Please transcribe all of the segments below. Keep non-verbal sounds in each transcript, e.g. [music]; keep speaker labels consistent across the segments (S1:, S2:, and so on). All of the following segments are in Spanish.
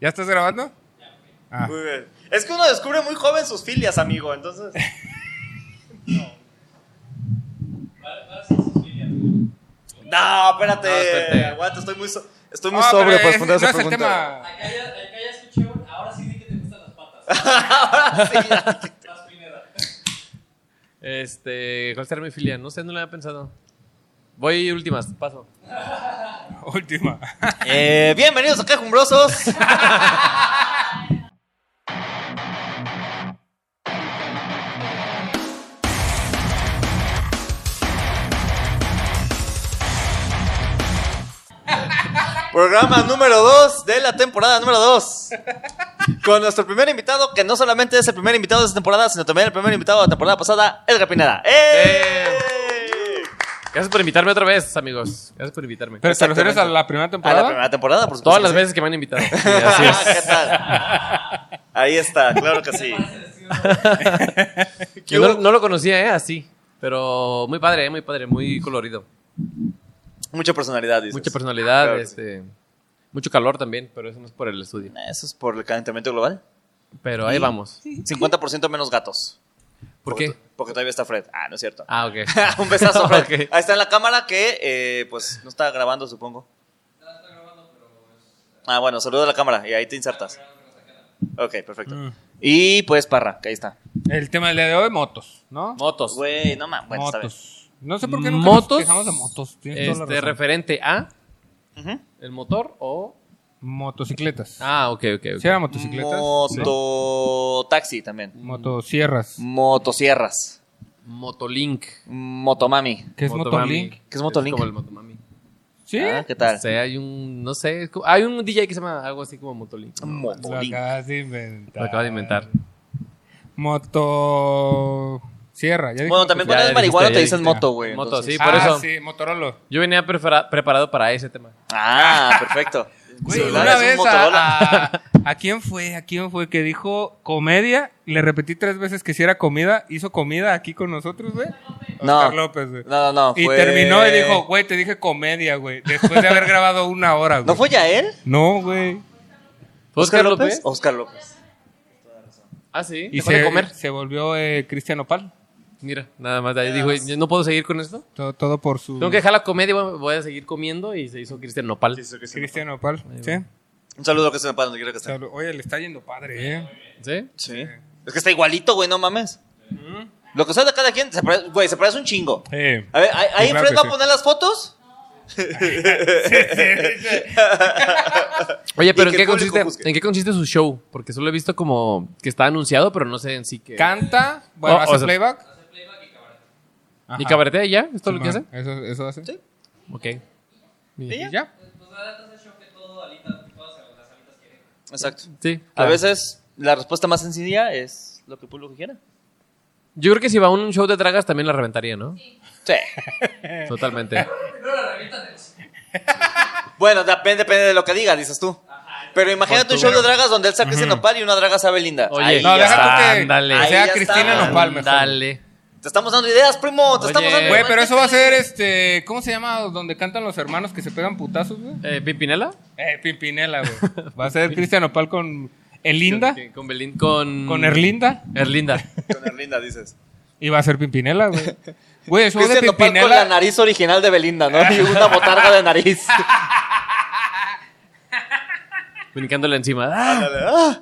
S1: ¿Ya estás grabando? Ah.
S2: Muy bien. Es que uno descubre muy joven sus filias, amigo, entonces. No, espérate.
S3: No, espérate.
S2: Aguanta, estoy muy, so- estoy muy
S1: Ah, pero
S2: sobrio para
S1: es-
S2: responder a
S1: no
S2: esa
S1: es el
S2: pregunta.
S1: tema.
S4: Acá ya, acá ya escuché un, ahora sí di que te gustan las patas.
S2: [laughs] Ahora sí, ya.
S4: Las Pineda.
S3: Este, ¿cuál será mi filia? No sé, no lo había pensado. Voy últimas, paso.
S2: [laughs]
S1: Última.
S2: Eh, bienvenidos a Quejumbrosos. Programa número 2 de la temporada número 2. Con nuestro primer invitado, que no solamente es el primer invitado de esta temporada, sino también el primer invitado de la temporada pasada, Edgar Pineda. ¡Eh!
S3: Gracias por invitarme otra vez, amigos. Gracias por invitarme.
S1: ¿Pero te refieres a
S2: Exactamente.
S1: la primera
S2: A la
S1: temporada?
S2: primera temporada, por supuesto.
S3: Todas
S2: que
S3: las
S2: sí.
S3: veces que me
S1: [laughs]
S3: han invitado. Sí, [laughs] así es.
S2: ¿Qué tal? Ahí está, claro que sí.
S4: Parece decir, ¿no?
S3: Yo no, no lo conocía, ¿eh? Así. Pero muy padre, ¿eh? Muy padre, muy colorido.
S2: Mucha personalidad, dices.
S3: Mucha personalidad,
S2: Claro que
S3: este... Mucho calor también, pero eso no es por el estudio.
S2: Eso es por el calentamiento global.
S3: Pero ahí vamos.
S2: 50% menos gatos.
S3: ¿Por
S2: Porque-
S3: qué?
S2: Porque todavía está Fred. Ah, no es cierto.
S1: [laughs]
S3: Ah, ok.
S2: [laughs] Un
S3: [laughs]
S2: besazo, Fred.
S3: Ok.
S2: Ahí está en la cámara que, eh, pues, no está grabando, supongo. Ah, bueno, saluda a la cámara y ahí te insertas. Ok, perfecto.
S1: Mm.
S2: Y pues Parra, que ahí está.
S1: El tema del día de hoy, motos, ¿no?
S3: Motos.
S2: Güey, no mames. Bueno, está bien.
S1: motos. No sé por qué nunca nos
S3: Motos,
S1: quejamos de motos. Tienes toda la
S3: Este,
S1: razón.
S3: referente a
S2: Ujú.
S3: el motor o...
S1: Motocicletas.
S3: Ah, ok, ok. ok.
S1: ¿Sí eran motocicletas? Sí.
S2: Mototaxi también.
S1: Motosierras.
S2: Motosierras.
S3: Motolink.
S2: Motomami.
S1: ¿Qué es
S3: Motomami.
S1: Motolink?
S2: ¿Qué es Motolink?
S3: como el Motomami.
S1: ¿Sí?
S2: Ah, ¿Qué tal?
S3: O sea, hay un, no sé, es como- hay un DJ que se llama algo así como Motolink. No,
S1: Lo
S2: Motolink.
S1: acabas de inventar.
S3: lo acabo de inventar.
S1: Moto... Sierra, ya dije.
S2: Bueno, también
S3: Ya,
S2: cuando
S3: ya
S2: es marihuana
S3: dijiste,
S2: te
S3: ya
S2: dicen
S3: dijiste.
S2: moto, güey.
S3: Moto,
S2: entonces.
S3: sí. por
S1: ah,
S3: eso.
S1: sí, Motorola.
S3: Yo venía prefera- preparado para ese tema.
S2: Ah, perfecto.
S1: [laughs] Güey,
S2: Celular
S1: una
S2: es un
S1: vez
S2: Motorola.
S1: a, a- ¿a quién fue? ¿A quién fue que dijo comedia? Le repetí tres veces que si era comida, hizo comida aquí con nosotros, güey.
S2: No.
S1: Oscar López, güey.
S2: No, no, no.
S1: Y
S2: fue-
S1: terminó y dijo, güey, te dije comedia, güey. Después de haber grabado una hora, güey.
S2: ¿No fue ya él?
S1: No, güey.
S3: ¿Oscar López?
S2: Oscar López.
S3: Ah, sí.
S1: Y
S3: ¿Te van a
S1: se,
S3: comer?
S1: se volvió eh, Cristian Opal.
S3: Mira, nada más. de Ahí dijo, "Yo no puedo seguir con esto.
S1: Todo, todo por su...
S3: Tengo que dejar la comedia, voy voy a seguir comiendo y se hizo Cristian Nopal. ¿Sí?
S1: Cristian Opal, sí.
S2: Un saludo que se me pasa donde quiera que esté.
S1: Salud. Oye, le está yendo padre, eh.
S2: Sí. Es que está igualito, güey, no mames. Lo que sea de cada quien, se pare- güey, se parece un chingo.
S1: Eh.
S2: A ver, ¿ahí- ¿ahí
S1: Sí,
S2: en
S1: claro
S2: Fred
S1: que
S2: va a
S1: sí.
S2: poner las fotos?
S3: Oye, pero
S2: Y que
S3: ¿en qué,
S2: el público
S3: consiste,
S2: juzgue.
S3: ¿en qué consiste su show? Porque solo he visto como que está anunciado, pero no sé en sí que...
S1: Eh, Canta, bueno,
S3: Oh,
S1: hace
S3: o sea-
S1: playback. Ajá.
S3: ¿Y cabaretea y ya? ¿Es todo lo que hace?
S1: Simón, Eso, eso hace.
S2: Sí.
S3: Ok.
S1: Y ya.
S4: Pues nada, entonces yo que todo alita, todas las alitas quieren.
S2: Exacto.
S3: Sí.
S2: A
S3: claro.
S2: veces la respuesta más sencilla es lo que el público quiera.
S3: Yo creo que si va a un show de dragas también la reventaría, ¿no?
S2: Sí.
S3: Totalmente.
S4: No la revientan de los.
S2: Bueno, depende, depende de lo que diga, dices tú. Pero imagínate un show de dragas donde él saque ese nopal y una draga sabe linda.
S3: Oye,
S2: [laughs] Ahí
S1: no,
S2: ya
S1: deja
S2: está.
S1: tú que
S3: Ándale.
S1: sea
S2: Ahí ya
S1: Cristina
S2: está.
S1: Nopal mejor.
S3: Dale.
S2: Te estamos dando ideas, primo. Te
S3: Oye.
S2: estamos dando
S1: Güey,
S2: ideas.
S1: pero eso va a ser este. ¿Cómo se llama? Donde cantan los hermanos que se pegan putazos, güey.
S3: Eh, ¿Pimpinela?
S1: Eh, Pimpinela, güey. Va a
S2: [laughs]
S1: ser Cristian Opal con Elinda,
S3: Con, con Belín- con-
S2: Mm.
S1: con Erlinda,
S3: Erlinda.
S2: Con Erlinda, dices.
S1: y va a ser Pimpinela,
S2: [laughs]
S1: güey. Güey, el show de
S2: Cristian Nopal con la
S1: Pimpinela.
S2: nariz original de Belinda, ¿no? Y una botarga
S1: [laughs]
S2: de nariz.
S3: Brincándole encima. ¡Ah!
S2: ¡Ah!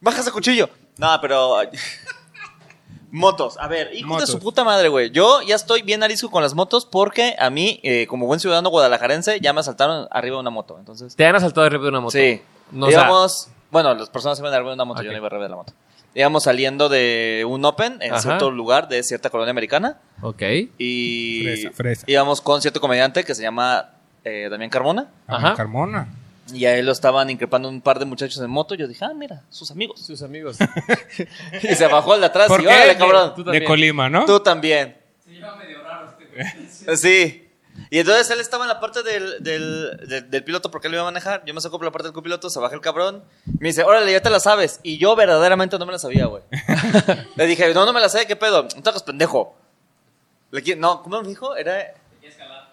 S2: Baja ese cuchillo. No, pero... [laughs] Motos, a ver, hijo
S1: Motos.
S2: de su puta madre, güey. Yo ya estoy bien arisco con las motos porque a mí, eh, como buen ciudadano guadalajarense, ya me asaltaron arriba de una moto. Entonces,
S3: Te han asaltado arriba de una moto.
S2: Sí.
S3: No, o sea,
S2: íbamos, bueno, las personas iban arriba de una moto, yo
S3: Ok.
S2: no iba arriba de la moto. Íbamos saliendo de un Open en
S3: Ajá.
S2: cierto lugar de cierta colonia americana
S3: ok.
S2: y
S1: Fresa, fresa.
S2: íbamos con cierto comediante que se llama eh, Damián Carmona
S1: Ajá.
S3: Ajá.
S1: Carmona.
S2: y a él lo estaban increpando un par de muchachos en moto. Yo dije, ah, mira, sus amigos. [laughs]
S3: Sus amigos. [laughs]
S2: Y se bajó al de atrás
S1: ¿Por
S2: y
S1: qué?
S2: órale, cabrón,
S3: Tú
S2: tú,
S1: De
S3: también.
S1: Colima,
S2: ¿Ah?
S1: ¿no?
S2: también. Eh,
S4: Se lleva medio raro este güey.
S2: Sí. Y entonces él estaba en la parte del, del, del- del piloto porque él lo iba a manejar. Yo me saco por la parte del copiloto, se baja el cabrón. Me dice, órale, ya te la sabes. Y yo verdaderamente no me la sabía, [laughs] güey. Le dije, no, no me la sé, ¿qué pedo? No te hagas pendejo. Le qui- no, ¿cómo me dijo? Era...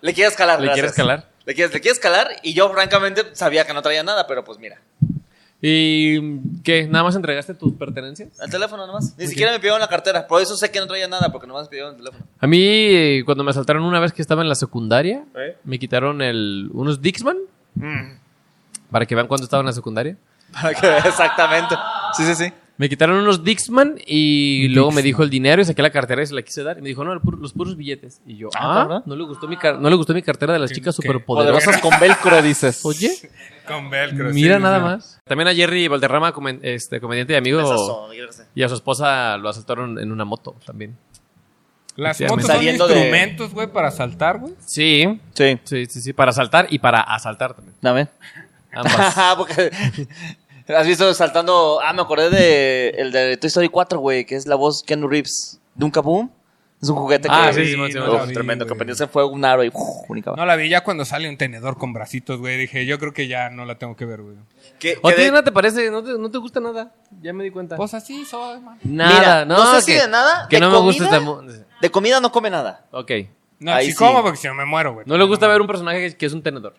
S2: Le quiere escalar.
S3: Le quiere
S2: gracias.
S3: escalar.
S2: Le quiere, le quiere escalar y yo francamente sabía que no traía nada, pero pues mira.
S3: ¿Y qué? ¿Nada más entregaste tus pertenencias?
S2: El teléfono nomás. Ni siquiera me pidieron la cartera. Por eso sé que no traía nada, porque nomás me pidieron el [laughs] teléfono.
S3: A mí, eh, cuando me asaltaron una vez que estaba en la secundaria,
S2: ¿Eh?
S3: me quitaron el, unos Dixman. Para que vean cuándo estaba en la secundaria.
S2: Para que vea exactamente. Sí, sí, sí.
S3: Me quitaron unos Dixman y luego me dijo el dinero y saqué la cartera y se la quise dar. Y me dijo, no, el puro- los puros billetes. Y yo,
S2: Ah,
S3: ah,
S2: ¿verdad?
S3: no le gustó mi, car- no le gustó mi cartera de las chicas
S1: qué
S3: superpoderosas.
S2: Poderosas con velcro, dices.
S3: Oye,
S1: Con velcro.
S3: [laughs] mira
S1: sí,
S3: nada
S1: sí.
S3: más. También a Jerry Valderrama, comen- este, comediante y amigo,
S2: Esas son, yo qué sé.
S3: y a su esposa lo asaltaron en una moto también.
S1: Las
S3: Sí,
S1: motos son
S2: saliendo de-
S1: instrumentos, güey, para saltar, güey.
S3: Sí,
S2: Sí.
S3: sí, sí, sí, para asaltar y para asaltar también.
S2: Dame.
S3: [laughs] Ambas.
S2: porque has visto saltando. Ah, me acordé de el de Toy Story 4, güey, que es la voz Keanu Reeves. Dunka Boom. Es un juguete
S3: Ah,
S2: que.
S3: sí, sí, sí, sí,
S1: no
S2: Uf,
S1: la vi,
S2: tremendo,
S1: güey.
S2: que prendió ese fuego un aro y. uf, única.
S1: No la vi ya cuando sale un tenedor con bracitos, güey. Dije, yo creo que ya no la tengo que ver, güey.
S2: Que-
S3: ¿O
S2: que
S3: a ti
S2: de-
S3: no te parece? No te, no te gusta nada. Ya me di cuenta.
S1: Pues así soy, man.
S3: Nada,
S2: Mira, no sé si
S3: que-
S2: de nada,
S3: Que
S2: de
S3: no me gusta esta.
S2: comida.
S3: mu-
S2: De comida no come nada.
S3: Ok.
S1: No,
S2: Ahí
S1: si
S2: sí.
S1: como, porque si no me muero, güey.
S3: No le gusta ver un personaje que- que es un tenedor.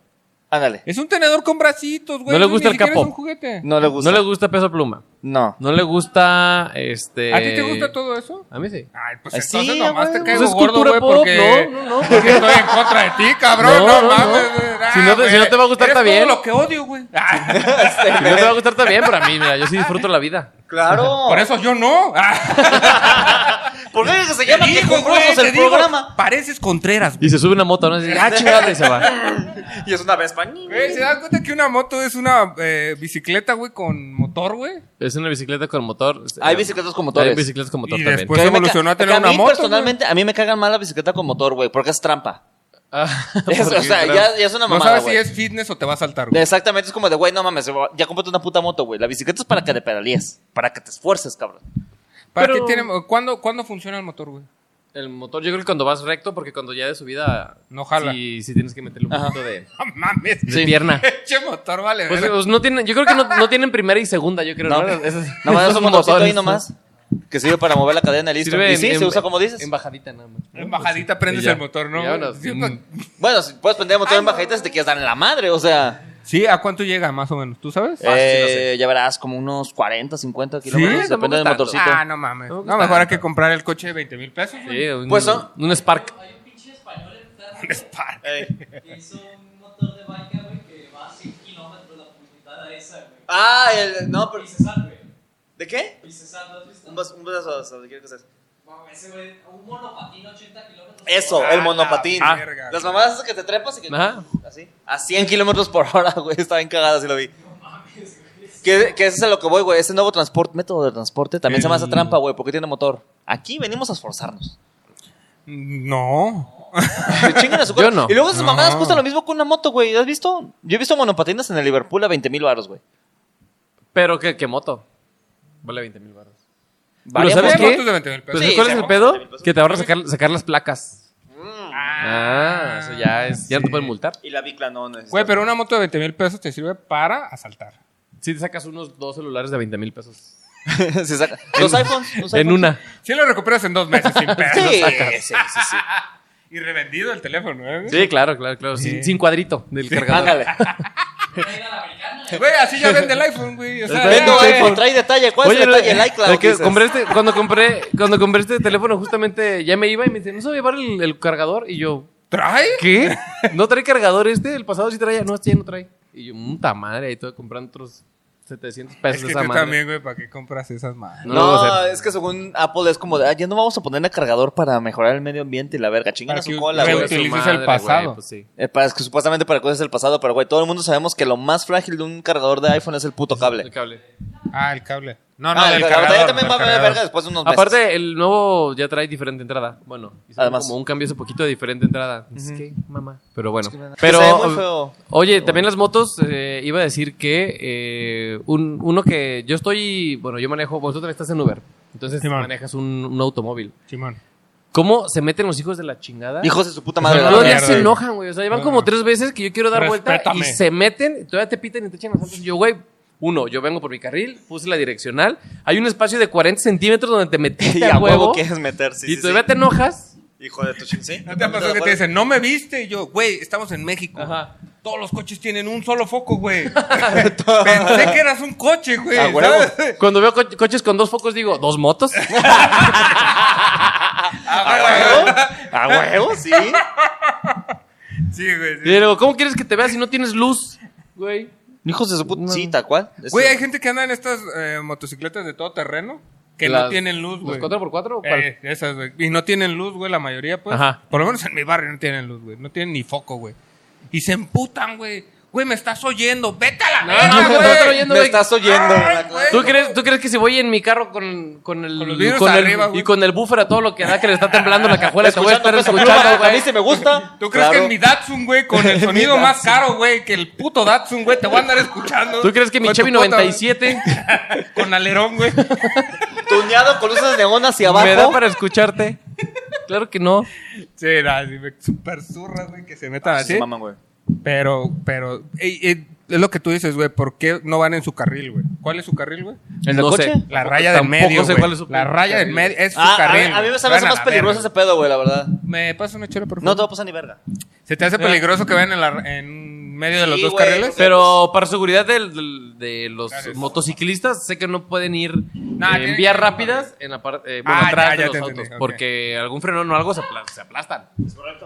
S2: Ándale.
S1: Es un tenedor con bracitos, güey.
S3: No le
S1: Ni
S3: gusta el
S1: siquiera
S3: capó.
S1: Es un juguete.
S2: No le gusta.
S3: No le gusta peso pluma.
S2: No.
S3: No le gusta este.
S1: ¿A ti te gusta todo eso?
S3: A mí sí.
S1: Ay, pues
S2: Eh, sí,
S1: entonces nomás
S2: güey.
S1: te caigo
S3: Pues es
S1: gordo,
S3: cultura
S1: güey,
S3: pop,
S1: porque,
S3: no, no, no.
S1: porque estoy en contra de ti, cabrón.
S3: No,
S1: No,
S3: no,
S1: mames.
S3: no.
S1: güey. Ah,
S3: Si no te- si no
S1: güey,
S3: te va a gustar,
S1: eres
S3: está bien.
S1: todo lo que odio, güey. Ah,
S3: Y no te va a gustar también, pero a mí, mira, yo sí disfruto la vida.
S1: [laughs]
S2: Claro.
S1: [laughs] por eso yo no. Ah,
S2: ¿Por qué se llama
S1: te [laughs]
S2: que
S1: digo, güey,
S2: el
S1: te digo,
S2: programa?
S1: pareces Contreras,
S3: Y se sube una moto, ¿no? Y dice, [laughs] ah, chingada, y se va.
S2: Y es una
S1: [laughs]
S2: Vespa.
S1: güey. ¿Se dan cuenta que una moto es una eh, bicicleta, güey, con motor, güey?
S3: Es una bicicleta con motor.
S2: Hay
S3: Eh,
S2: bicicletas con motores.
S3: Hay bicicletas con motor
S1: Y
S3: también.
S1: después- Pues
S2: Que a mí me
S1: evolucionó
S2: ca-
S1: a tener
S2: que
S1: una
S2: mí
S1: moto,
S2: Personalmente, a mí me cagan mal la bicicleta con motor, güey, porque es trampa.
S1: [laughs]
S2: [laughs]
S3: Ah,
S2: Es- o
S3: porque,
S2: sea,
S3: claro.
S2: ya, ya es una
S1: No
S2: mamada,
S1: sabes
S2: güey.
S1: si es fitness o te va a saltar, güey.
S2: Exactamente, es como de, güey, no mames, ya cómprate una puta moto, güey. La bicicleta es para que te pedalees, para que te esfuerces, cabrón.
S1: ¿Para
S3: Pero-
S1: qué tiene- ¿cuándo, ¿Cuándo funciona el motor, güey?
S3: El motor, yo creo que cuando vas recto, porque cuando ya de subida.
S1: No jala.
S3: Sí, sí tienes que meterle un
S2: Ajá.
S3: poquito de,
S1: [laughs] No mames.
S3: de pierna.
S1: [laughs] Pinche motor, vale.
S3: Pues,
S1: verga.
S3: pues, no tienen, yo creo que no, no tienen primera y segunda, yo creo.
S2: No,
S3: ¿no?
S2: nada [laughs]
S3: Esos-
S2: más
S3: esos
S2: es
S3: [laughs]
S2: un motorcito ahí nomás que sirve para mover la cadena, listo.
S3: Sirve
S2: y sí,
S3: en-
S2: se usa
S3: en-
S2: como dices.
S3: En bajadita nada más.
S1: En bajadita prendes
S3: Y pues, ya.
S1: el motor, ¿no?
S3: Y vámonos.
S1: Sí, pues.
S3: Mm.
S2: Bueno, si puedes prender el motor en bajadita si te quieres dar en la madre, o sea.
S1: Sí, ¿a cuánto llega más o menos? ¿Tú sabes?
S2: eh, ya verás, como unos 40, 50 kilómetros,
S1: ¿Sí?
S2: depende del
S3: Tampoco
S2: motorcito.
S1: Ah, no mames.
S3: No,
S1: No,
S3: pues,
S1: mejor
S3: tanto.
S1: hay que comprar el coche de 20 mil pesos. güey.
S3: Sí, un,
S2: Pues son-
S3: un Spark.
S4: Hay un pinche español en
S1: Un Spark.
S2: Eh.
S4: que hizo un motor de banca, güey, que va a 100 kilómetros la puñetada esa, güey.
S2: Ah, el, no, pero.
S4: Y se salve.
S2: ¿De qué?
S4: Y se salve, ¿has visto?
S2: Un bas- un besazo, ¿qué quieres que sea?
S4: Bueno, ese güey, un monopatín 80 kilómetros.
S2: Eso,
S1: Ah,
S2: el monopatín.
S1: la verga.
S2: Las mamadas esas que te trepas y que.
S3: Ah. Ajá.
S2: Así. A 100 kilómetros por hora, [laughs] güey. Estaba bien cagada, así lo vi. Que, que eso es a lo que voy, güey. Ese nuevo transporte, método de transporte también se llama
S3: Mm.
S2: esa
S1: El-
S2: trampa, güey, porque tiene motor. Aquí venimos a
S3: [laughs]
S2: esforzarnos.
S1: No.
S2: Chinguen a su cuerpo.
S3: Yo no.
S2: Y luego sus
S1: No.
S2: mamadas cuesta lo mismo que una moto, güey. ¿Has visto? Yo he visto monopatines en el Liverpool a 20 mil baros, güey.
S3: Pero ¿qué, qué moto. Vale 20 mil baros.
S2: Varía
S3: ¿sabes
S2: mucho.
S1: Hay
S3: qué?
S1: motos de 20 mil
S3: Pero
S1: pesos.
S2: Sí,
S3: ¿cuál es
S2: se
S3: el
S2: ahorra
S3: pedo?
S2: 20,000 pesos.
S3: Que te ahorra sacar, sacar las placas. Ah,
S1: Mm. Ah,
S3: eso ya es. Ya no te pueden multar.
S2: Y la bicla no, no.
S1: Güey, pero una moto de 20 mil pesos te sirve para asaltar.
S3: Si te sacas unos dos celulares de 20 mil pesos.
S2: [laughs] Se saca. Los iPhones. los
S3: En
S2: iPhones.
S3: una.
S1: Si lo recuperas en dos
S3: [laughs]
S1: meses sin pedos.
S2: Sí, sí, sí, sí.
S1: Y revendido el teléfono, ¿eh?
S3: Sí, claro, claro, claro. Sin,
S1: Sí.
S3: sin cuadrito del cargador.
S2: Ándale.
S1: Güey, así ya vende el iPhone, güey. O sea,
S3: Vende
S1: ya,
S2: Vendo
S1: güey.
S2: iPhone, eh, trae detalle. ¿Cuál es el
S3: no,
S2: detalle? El
S3: eh,
S2: iCloud.
S3: es que
S2: dices.
S3: compré este- cuando compré, cuando compré este teléfono, justamente ya me iba y me dice, ¿no se va a llevar el, el cargador? Y yo,
S1: ¿Trae?
S3: ¿qué? ¿No trae cargador este? El pasado sí traía. No, este ya no trae. Y yo, puta madre, ahí tuve que comprar otros 700 pesos
S1: Es
S3: de
S1: que
S3: esa
S1: tú
S3: madre.
S1: también, güey, ¿para qué compras esas madres?
S3: No
S2: No,
S3: lo voy a hacer.
S2: es que según Apple es como de, "Ah, ya no vamos a ponerle cargador para mejorar el medio ambiente y la verga. Chingan
S1: Para
S2: a su
S1: que
S2: cola,
S3: Hijo de
S2: güey.
S3: su
S1: Reutilizas
S3: madre,
S1: el pasado.
S3: güey, pues sí.
S2: Eh, para- es que supuestamente para cosas del pasado, pero güey, todo el mundo sabemos que lo más frágil de un cargador de iPhone es el puto
S3: El
S2: cable.
S3: cable.
S1: Ah, el cable. No, no,
S2: Ah, el
S1: del
S2: cargador
S1: cargador,
S2: ya también
S1: del
S2: va a valer
S1: cargador.
S2: verga después de unos meses.
S3: Aparte, el nuevo ya trae diferente entrada. Bueno, hizo
S2: Además.
S3: como un cambio hace poquito de diferente entrada. Es que, mamá. Pero bueno.
S2: que
S3: Pero,
S2: se ve muy feo.
S3: oye, también las motos, eh, iba a decir que eh, un- uno que yo estoy, bueno, yo manejo, vosotros estás en Uber, entonces
S1: Simón.
S3: manejas un, un automóvil.
S1: Simón.
S3: ¿cómo se meten los hijos de la chingada?
S2: hijos de su puta madre.
S1: No,
S2: la
S3: Luego
S2: verga.
S3: ya
S1: mierda,
S3: se
S1: güey.
S3: enojan, güey. O sea, llevan
S1: No.
S3: como tres veces que yo quiero dar
S1: Respétame.
S3: vuelta y se meten, todavía te pitan y te echan asaltos. Y yo, güey, uno, yo vengo por mi carril, puse la direccional, hay un espacio de 40 centímetros donde te
S1: [laughs]
S2: [laughs]
S3: metiste
S2: y
S3: a huevo
S2: quieres meter, sí,
S3: y
S2: sí,
S3: todavía
S2: sí.
S3: te enojas.
S2: Hijo de tu ching, sí.
S1: ¿No te ha pasado que te dicen, no me viste? Y yo, güey, estamos en México.
S3: Ajá.
S1: todos los coches tienen un solo foco, güey. Pensé que eras un coche, güey.
S2: A huevo.
S1: ¿sabes?
S3: Cuando veo co- coches con dos focos, digo, ¿dos motos? [laughs]
S2: ¿A huevo?
S1: [laughs]
S2: ¿A huevo? Sí.
S1: Sí, güey. sí.
S3: Pero, ¿cómo quieres que te veas si no tienes luz, güey?
S2: Hijos de su puta.
S3: No.
S2: Sí, tal cual. Eso-
S1: Güey, hay gente que anda en estas eh, motocicletas de todo terreno que no
S3: Las-
S1: tienen luz, güey.
S3: ¿Las 4x4 o cuál?
S1: Eh, esas, güey. Y no tienen luz, güey, la mayoría, pues.
S3: Ajá.
S1: Por lo menos en mi barrio no tienen luz, güey. No tienen ni foco, güey. Y se emputan, güey. Güey, me estás oyendo. Vete a la
S3: No,
S1: verga,
S3: no, no, no,
S1: ah, güey.
S3: estoy
S2: [laughs]
S3: oyendo,
S2: Me
S3: güey.
S2: estás oyendo.
S1: Ay,
S2: ¿verdad?
S1: güey.
S3: ¿Tú crees, ¿Tú crees que si voy en mi carro con, con el,
S1: Con los vidrios
S3: el-
S1: arriba, güey.
S3: y con el buffer a todo lo que da que le está temblando
S1: [laughs]
S3: la cajuela, te voy a
S2: Escuchando
S3: estar
S2: peso
S3: escuchando,
S2: pluma, A mí
S3: güey?
S2: sí me gusta.
S1: ¿Tú crees que
S2: Claro.
S1: en mi Datsun, güey, con
S3: [laughs]
S1: el sonido
S2: Mi
S1: más caro, güey, que el puto Datsun, güey, te voy a andar escuchando?
S3: ¿Tú crees que mi
S1: Con tu
S3: Chevy
S1: puta-
S3: 97
S1: [laughs] Con alerón, güey.
S2: Tuneado con luces de neón hacia abajo.
S3: me da para escucharte? Claro que no.
S1: Sí, nada, sí, me super zurra, güey, que se
S3: Ah,
S1: metan
S2: Sí,
S1: así.
S2: se maman, güey.
S1: Pero, pero, ey, ey, es lo que tú dices, güey, ¿por qué no van en su carril, güey? ¿Cuál es su carril, güey?
S2: ¿El
S3: No
S2: coche?
S3: sé.
S1: La raya del
S3: Tampoco
S1: medio,
S3: sé
S1: güey.
S3: cuál es su
S1: La raya del
S3: carril.
S1: medio es su
S2: Ah, a, mí,
S1: carril.
S2: a mí me se
S1: Vayan
S2: me hace
S1: a
S2: más
S1: la
S2: peligroso ese
S1: verga.
S2: pedo, güey, la verdad.
S1: ¿Me pasa una chela, por favor?
S2: No te va a pasar ni verga.
S1: ¿Se te hace peligroso que vayan en, la- en medio de los
S2: Sí,
S1: dos
S2: güey,
S1: carriles?
S2: porque-
S3: Pero para seguridad del- del- de los
S1: Claro, eso.
S3: motociclistas, sé que no pueden ir
S1: Nah,
S3: eh,
S1: tienen
S3: en
S1: que
S3: vías
S1: ir,
S3: rápidas en la parte eh, bueno,
S1: Ah, ya,
S3: atrás
S1: ya
S3: de
S1: te
S3: los autos,
S1: entendí, ok.
S3: porque algún frenón o algo se, apla- se aplastan.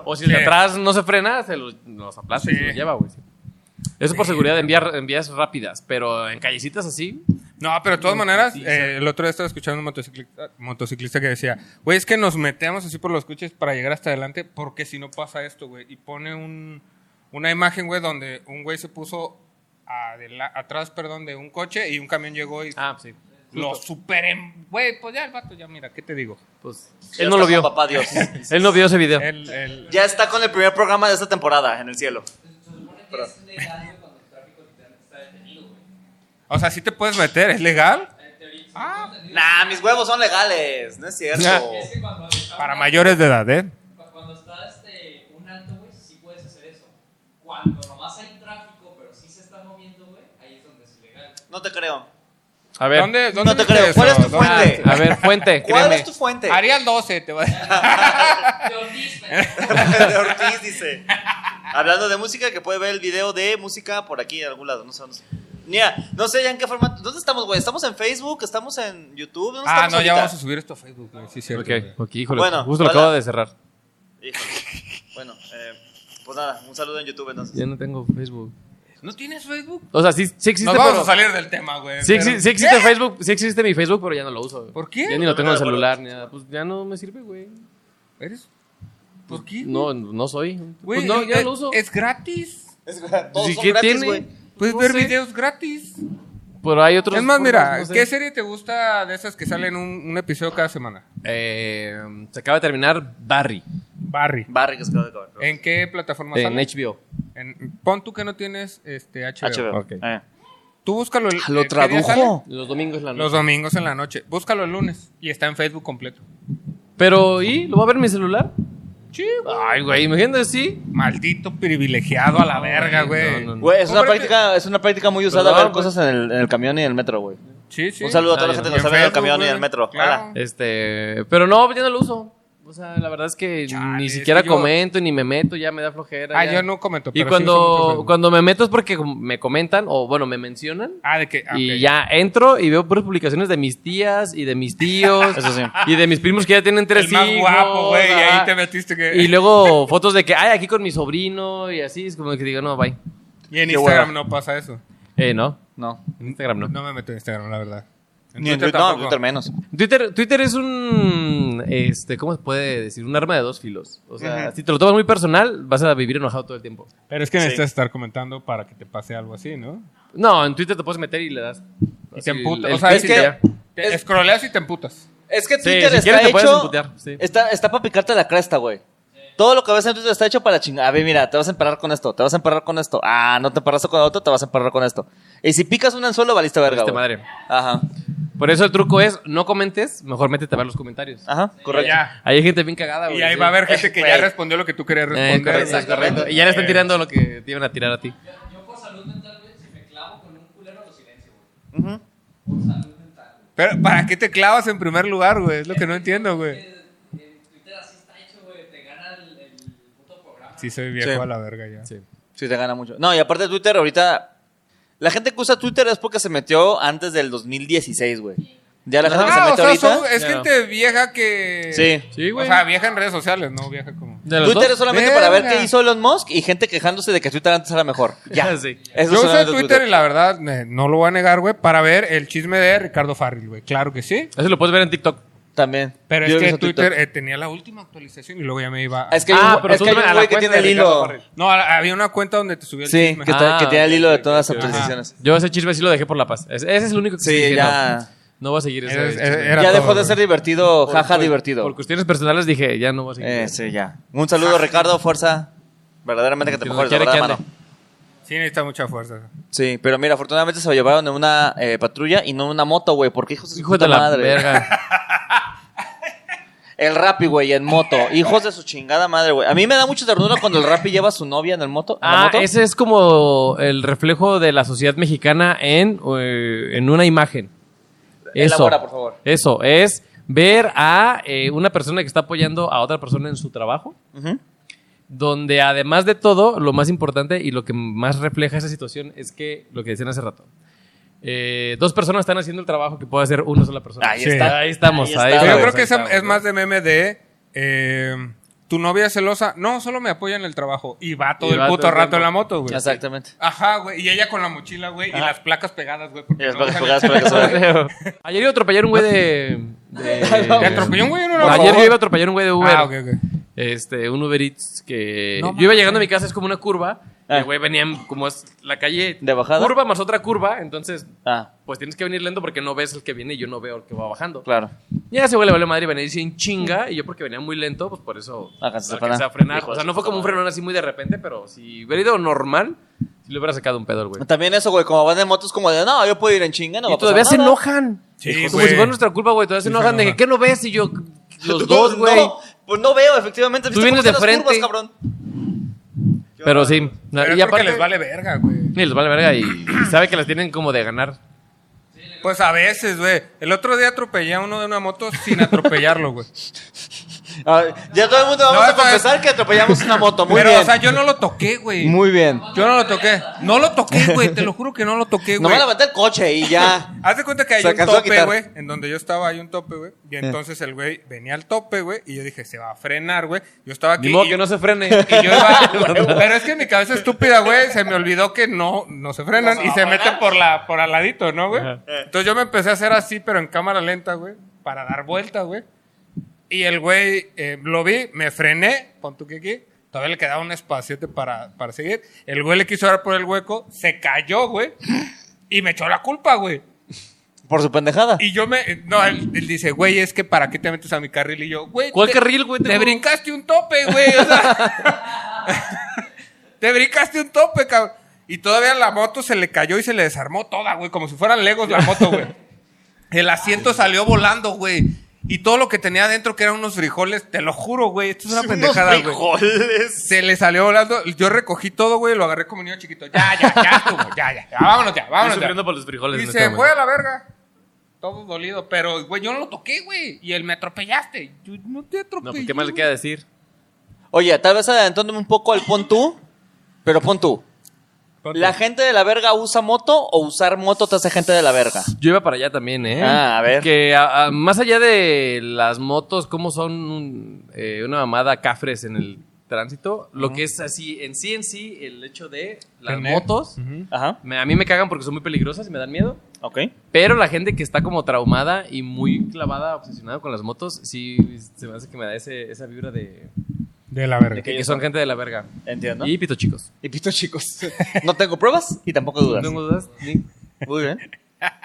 S3: O si el de
S1: Sí.
S3: atrás no se frena, se los, los aplasta y
S1: Sí.
S3: se los lleva, güey. Eso por seguridad en vías, en vías rápidas, pero en callecitas así.
S1: No, pero de todas maneras,
S3: sí,
S1: eh, el otro día estaba escuchando un motociclista, motociclista que decía, güey, es que nos metemos así por los coches para llegar hasta adelante, porque si no pasa esto, güey. Y pone un, una imagen, güey, donde un güey se puso adela- atrás, perdón, de un coche y un camión llegó y
S3: Ah, sí.
S1: lo super... em- Güey, pues ya el vato, ya mira, ¿qué te digo?
S3: Pues,
S2: Ya
S3: él
S2: está
S3: no lo
S2: con
S3: vio.
S2: Papá Dios.
S3: Él no vio ese video.
S1: El, el-
S2: ya está con el primer programa de esta temporada en el cielo.
S4: Se supone que es legal güey, cuando el tráfico literalmente está detenido, güey.
S1: O sea, sí te puedes meter, ¿es legal?
S4: En teoría, sí,
S1: Ah,
S2: Nah, mis huevos son legales. No es cierto.
S4: es que cuando está
S1: para
S4: un-
S1: mayores de edad, ¿eh?
S4: cu- Cuando está este, un alto, güey, sí puedes hacer eso. Cuando nomás hay tráfico, pero sí se está moviendo, güey, ahí es donde es ilegal.
S2: No te creo.
S3: A ver,
S1: ¿Dónde, dónde
S2: No te
S1: viste
S2: creo.
S1: eso?
S2: ¿Cuál es tu
S1: ¿Dónde
S2: fuente?
S1: viste?
S3: a ver, fuente,
S2: ¿Cuál
S3: Eh, créeme.
S2: es tu fuente? [laughs]
S1: Arial 12, te va a
S4: De Ortiz, pendejo.
S2: de Ortiz dice. Hablando de música, que puede ver el video de música por aquí, en algún lado. No sé dónde. Mira, no sé ya en qué formato. ¿Dónde estamos, güey? ¿Estamos en Facebook? ¿Estamos en YouTube? ¿Dónde
S1: Ah, no,
S2: estamos
S1: ya
S2: ahorita?
S1: vamos a subir esto a Facebook, güey. Sí, cierto. güey.
S3: Ok, ok, híjole,
S2: Bueno,
S3: justo lo
S2: hola.
S3: acabo de cerrar.
S2: Híjole. Bueno, eh, pues nada, un saludo en YouTube entonces.
S3: Ya no tengo Facebook.
S1: ¿No tienes Facebook?
S3: O sea, sí, sí existe,
S1: Nos vamos
S3: pero-
S1: a salir del tema, güey.
S3: Sí,
S1: pero- ¿Eh?
S3: exi- sí existe Facebook, sí existe mi Facebook, pero ya no lo uso. güey.
S1: ¿Por qué?
S3: Ya ni lo tengo
S2: No me
S3: en el
S2: acuerdo.
S3: celular, ni nada. Pues ya no me sirve, güey.
S1: ¿Eres? ¿Por qué?
S3: No, no soy.
S1: Güey,
S3: pues no,
S1: eh,
S3: ya
S1: eh,
S3: lo uso.
S1: Es gratis.
S2: [laughs] Es- Todos
S3: ¿Y
S2: son
S3: qué
S2: gratis,
S3: tiene?
S2: güey.
S1: Puedes
S3: No
S1: ver
S3: sé.
S1: videos gratis.
S3: Pero hay otros.
S1: es más, mira,
S3: formas, no sé.
S1: ¿qué serie te gusta de esas que salen un, un episodio cada semana?
S3: Eh, se acaba de terminar Barry
S1: Barry.
S2: Barry, que se acaba de acabar.
S1: ¿En qué plataforma
S3: en
S1: sale?
S3: HBO.
S1: En- pon tú que no tienes este, HBO.
S2: HBO.
S3: Ok.
S2: Eh.
S1: Tú búscalo
S3: Ah,
S1: el.
S2: Lo
S1: eh, ¿qué día
S2: tradujo.
S1: sale?
S3: Los domingos en la noche.
S1: Los domingos en la noche. Búscalo el lunes y está en Facebook completo.
S3: Pero, ¿y? ¿Lo va a ver en mi celular?
S1: Sí,
S3: Ay, güey, imagínate, sí.
S1: Maldito privilegiado a la verga,
S3: no,
S1: güey.
S3: no, no.
S2: Güey, es una,
S1: Cómprate-
S2: práctica, es una práctica muy usada
S3: Perdón,
S2: ver
S3: güey.
S2: cosas en el, en el camión y en el metro, güey.
S1: Sí, sí.
S2: Un saludo a toda
S3: Ah,
S2: la
S3: ya
S2: gente
S3: no.
S2: que nos
S1: En
S2: sabe en el
S1: Facebook,
S2: camión y
S1: güey.
S2: en el metro.
S1: Claro.
S2: Hola.
S3: Este. Pero no, ya no lo uso. O sea, la verdad es que
S1: Chale,
S3: ni
S1: es
S3: siquiera
S1: que yo-
S3: comento ni me meto, ya me da flojera.
S1: Ah,
S3: ya.
S1: yo no comento. pero sí
S3: Y
S1: uso mucho
S3: cuando,
S1: Facebook.
S3: cuando me meto es porque com- me comentan, o bueno, me mencionan.
S1: Ah, de que. ah, ok.
S3: Y ya entro y veo puras publicaciones de mis tías y de mis [laughs] tíos.
S2: Eso sí.
S3: Y de mis primos que ya tienen tres
S1: El más
S3: hijos.
S1: guapo, güey. Y ahí
S3: ajá.
S1: te metiste que.
S3: Y luego fotos de que, ay, aquí con mi sobrino y así. Es como que digo, no, bye.
S1: [laughs] Y en
S2: Qué
S1: Instagram no pasa eso.
S3: Eh, no.
S2: No.
S3: En Instagram no.
S1: No me meto en Instagram, la verdad.
S2: Ni
S1: Twitter
S2: en Twitter, no,
S1: tampoco.
S2: en Twitter menos.
S3: Twitter, Twitter es un, este, ¿cómo se puede decir? Un arma de dos filos. O sea,
S2: Ujú.
S3: si te lo tomas muy personal, vas a vivir enojado todo el tiempo.
S1: Pero es que
S2: Sí.
S1: necesitas estar comentando para que te pase algo así, ¿no?
S3: No, en Twitter te puedes meter y le das.
S1: Y
S3: así
S1: te emputas.
S3: el-
S1: O sea,
S3: el
S1: es
S3: clic y ya.
S1: que.
S2: Es-
S1: Te scrolleas y te emputas.
S2: Es que
S3: Sí,
S2: Twitter
S3: si quieres
S2: está
S3: te puedes
S2: hecho.
S3: emputear, sí.
S2: Está, está para picarte la cresta, güey. Todo lo que ves en Twitter está hecho para chingar. A ver, mira, te vas a emperrar con esto, te vas a emperrar con esto. Ah, no te emperraste con otro, te vas a emperrar con esto. Y si picas un anzuelo, valiste verga,
S3: Valiste
S2: güey.
S3: madre.
S2: Ajá,
S3: Por eso el truco es, no comentes, mejor métete a ver los comentarios.
S2: ajá, correcto.
S1: Ya.
S3: Ahí hay gente bien cagada, Ah, güey.
S1: Y ahí
S3: sí.
S1: va a haber gente Eh. que ya
S2: Güey.
S1: respondió lo que tú querías
S3: Eh,
S1: responder. güey.
S3: correcto, correcto. Y ya le están tirando lo que te iban a tirar a ti.
S4: Yo, yo por salud mental, güey, si me clavo con un culero, lo silencio, güey.
S2: Ujú.
S4: Por salud mental, güey.
S1: Pero, ¿para qué te clavas en primer lugar, güey? Es lo que no entiendo, güey.
S4: Eh, En Twitter así está hecho, güey. Te gana el, el puto programa.
S1: Sí, soy viejo
S2: Sí.
S1: a la verga ya.
S3: Sí.
S2: Twitter gana mucho. No, y aparte Twitter ahorita... La gente que usa Twitter es porque se metió antes del 2016, güey. Ya la gente que se
S1: Ah, o
S2: metió
S1: sea,
S2: ahorita...
S1: son- es
S3: Ya.
S1: gente vieja que.
S2: Sí.
S3: Sí, güey.
S1: O sea, vieja en redes sociales, no vieja como.
S3: De los
S2: Twitter
S3: dos.
S2: es solamente para ver
S1: Verga.
S2: qué hizo Elon Musk y gente quejándose de que Twitter antes era mejor.
S3: [laughs]
S2: Ya.
S3: Sí.
S1: Yo
S2: Eso es
S1: uso
S2: solamente
S1: Twitter, y la verdad, eh, no lo voy a negar, güey, para ver el chisme de Ricardo Farril, güey. Claro que sí.
S3: Eso lo puedes ver en TikTok.
S2: También.
S1: Pero
S2: Yo
S1: es que
S2: uso
S1: Twitter eh, tenía la última actualización y luego ya me iba. a-
S2: Es que hay un
S3: Ah,
S2: güey-
S3: pero
S2: es que
S3: tú
S2: hay un
S3: a la
S2: güey que
S3: cuenta
S2: tiene el
S3: de Ricardo
S2: hilo.
S3: Farrell.
S1: No, a- había una cuenta donde te subía el
S2: Sí,
S1: chisme.
S2: que,
S3: Ah,
S2: ta- que tiene el hilo de
S3: ok,
S2: todas
S3: ok,
S2: las
S3: ok.
S2: actualizaciones.
S3: Yo ese chisme sí lo dejé por la paz. Ese, ese es el único que
S2: Sí,
S3: dije,
S2: ya.
S3: No, no voy a seguir ese
S1: Eres-
S3: chisme.
S1: era-
S2: ya
S1: todo,
S2: dejó de
S1: güey.
S2: ser divertido,
S3: Por-
S2: jaja,
S3: por-
S2: divertido.
S3: Por cuestiones personales dije, ya no voy a seguir.
S2: Eh, sí, ya. Un saludo, Ricardo, fuerza. Verdaderamente que te
S3: Que
S2: mejores,
S3: no
S2: la
S3: Ah. quiere
S2: verdad,
S3: que
S2: mano.
S3: ande.
S1: Sí, necesita mucha fuerza.
S2: Sí, pero mira, afortunadamente se lo llevaron en una eh, patrulla y no en una moto, güey, porque hijos de su
S3: Hijo
S2: puta
S3: de la
S2: madre. [laughs]
S3: verga.
S2: El Rappi, güey, en moto. Hijos de su chingada madre, güey. A mí me da mucha ternura cuando el Rappi lleva a su novia en el moto. en la
S3: Ah,
S2: moto.
S3: ese es como el reflejo de la sociedad mexicana en, eh, en una imagen. Eso.
S2: Elabora, por favor.
S3: Eso es ver a eh, una persona que está apoyando a otra persona en su trabajo.
S2: Ujú.
S3: donde además de todo, lo más importante y lo que más refleja esa situación es que lo que decían hace rato. eh, dos personas están haciendo el trabajo que puede hacer una sola persona.
S2: Ahí
S1: Sí.
S2: está.
S3: Ahí estamos.
S2: Ahí
S3: Ahí
S2: está,
S1: Pero
S2: güey.
S1: yo
S3: estamos,
S1: creo que
S3: ahí
S1: esa
S3: estamos,
S1: es
S3: ¿no?
S1: más de meme de. eh, tu novia es celosa. No, solo me apoya en el trabajo. Y va todo
S3: Y
S1: el
S3: va
S1: puto
S3: todo el
S1: rato
S3: tiempo.
S1: en la moto, güey.
S2: Exactamente.
S1: Ajá, güey. Y ella con la mochila, güey. Y las placas pegadas, güey. porque
S2: Ah. Y las
S1: no
S2: placas
S1: dejan-
S2: pegadas para que se
S1: [laughs]
S2: vea.
S3: Ayer iba a atropellar un güey de. de-
S2: [laughs]
S1: ¿Te atropelló un güey en una
S3: Ayer
S1: moto?
S3: yo iba a atropellar un güey de Uber.
S1: Ah, ok, ok.
S3: Este, un Uber Eats que.
S1: No
S3: yo iba
S1: mames.
S3: llegando a mi casa, es como una curva. y
S2: Ah.
S3: El güey venía en- como es la calle.
S2: ¿De bajada?
S3: Curva más otra curva. Entonces,
S2: Ah,
S3: pues tienes que venir lento porque no ves el que viene y yo no veo el que va bajando.
S2: claro.
S3: Ya ese güey le valió madre y venía sin chinga. Y yo, porque venía muy lento, pues por eso
S2: Alcanzaste a
S3: alcancé a
S2: frenar.
S3: frenar.
S2: Hijo
S3: O
S2: de
S3: sea,
S2: su
S3: no fue
S2: puta
S3: como un
S2: madre.
S3: frenón así muy de repente, pero si hubiera ido normal, si le hubiera sacado un pedo al güey.
S2: También eso, güey, como van de motos, como de, no, yo puedo ir en chinga, no va
S3: y
S2: a pasar
S3: todavía se
S2: nada".
S3: enojan.
S1: Sí,
S3: como
S1: güey.
S3: si fuera nuestra culpa, güey. Todavía se
S1: Sí, se
S3: enojan de que,
S1: enojan.
S3: ¿qué no ves? Y yo, los
S1: [laughs]
S2: Tú,
S3: dos, güey.
S2: No, pues no veo, efectivamente.
S3: Tú
S2: ¿Viste
S3: vienes
S2: cómo son
S3: de
S2: las
S3: frente.
S2: curvas, cabrón?
S3: Pero sí.
S1: Pero es
S3: y
S1: porque
S3: aparte,
S1: les vale verga, güey.
S3: y les vale verga. Y sabe que las tienen como de ganar.
S1: Pues a veces, güey. El otro día atropellé a uno de una moto sin atropellarlo, güey.
S2: Ah, ya todo el mundo vamos
S1: No,
S2: a
S1: esto es-
S2: confesar que atropellamos una moto. [laughs] Muy
S1: Pero,
S2: bien.
S1: o sea, yo no lo toqué, güey.
S2: Muy bien.
S1: Yo no lo toqué. No lo toqué, güey. Te lo juro que no lo toqué,
S2: No
S1: güey.
S2: me levanté el coche y ya.
S1: Haz de cuenta que hay
S2: Se
S1: un
S2: alcanzó a
S1: tope,
S2: quitar.
S1: güey. En donde yo estaba hay un tope, güey. Y entonces el güey venía al tope, güey. Y yo dije, se va a frenar, güey. Yo estaba aquí.
S3: Ni modo
S1: y-
S3: que no
S1: [laughs]
S3: se frene.
S1: y yo
S3: [laughs]
S1: iba- pero es que en mi cabeza estúpida, güey, se me olvidó que no, no se frenan y se meten por la, por al ladito, ¿no, güey?
S3: Ajá.
S1: Entonces yo me empecé a hacer así, pero en cámara lenta, güey, para dar vueltas, güey. Y el güey, eh, lo vi, me frené, pon tu que aquí, todavía le quedaba un espaciote para, para seguir. El güey le quiso dar por el hueco, se cayó, güey, y me echó la culpa, güey.
S2: Por su pendejada.
S1: Y yo me. No, él, él dice, güey, es que para qué te metes a mi carril. Y yo, güey.
S3: ¿Cuál
S1: te-
S3: carril, güey?
S1: Te
S3: Tengo-
S1: brincaste un tope, güey. O sea. te brincaste un tope, cabrón. Y todavía la moto se le cayó y se le desarmó toda, güey. Como si fueran legos la moto, güey. El asiento salió volando, güey. Y todo lo que tenía adentro, que eran unos frijoles, te lo juro, güey. Esto es una pendejada, güey.
S2: frijoles.
S1: Se le salió volando. Yo recogí todo, güey. Lo agarré como niño chiquito. Ya, ya, ya, estuvo, ya, ya, ya. Vámonos ya,
S3: Estoy
S1: vámonos ya.
S3: sufriendo por los frijoles.
S1: Y
S3: en
S1: se
S3: este
S1: fue a
S3: momento.
S1: la verga. Todo dolido. Pero, güey, yo no lo toqué, güey. Y él me atropellaste. Yo no te atropellé.
S3: No, pues qué más le
S1: güey.
S3: queda decir.
S2: Oye, tal vez adelantándome un poco al pon tú, pero pon tú.
S1: Ponte.
S2: ¿La gente de la verga usa moto o usar moto te hace gente de la verga?
S3: Yo iba para allá también, ¿eh?
S2: Ah, a ver.
S3: Que a- a- más allá de las motos, cómo son un- eh, una mamada cafres en el tránsito, lo que es así, en sí, en sí, el hecho de las
S1: Tener.
S3: motos,
S1: Ujú.
S2: Ajá,
S3: me- a mí me cagan porque son muy peligrosas y me dan miedo.
S2: ok.
S3: Pero la gente que está como traumada y muy clavada, obsesionada con las motos, sí se me hace que me da ese- esa vibra de,
S1: De la verga.
S3: de que, son gente de la verga.
S2: Entiendo.
S3: Y pito chicos.
S2: Y pito, chicos. [laughs] No tengo pruebas y tampoco
S3: No
S2: dudas.
S3: tengo dudas. ni-
S2: Muy bien.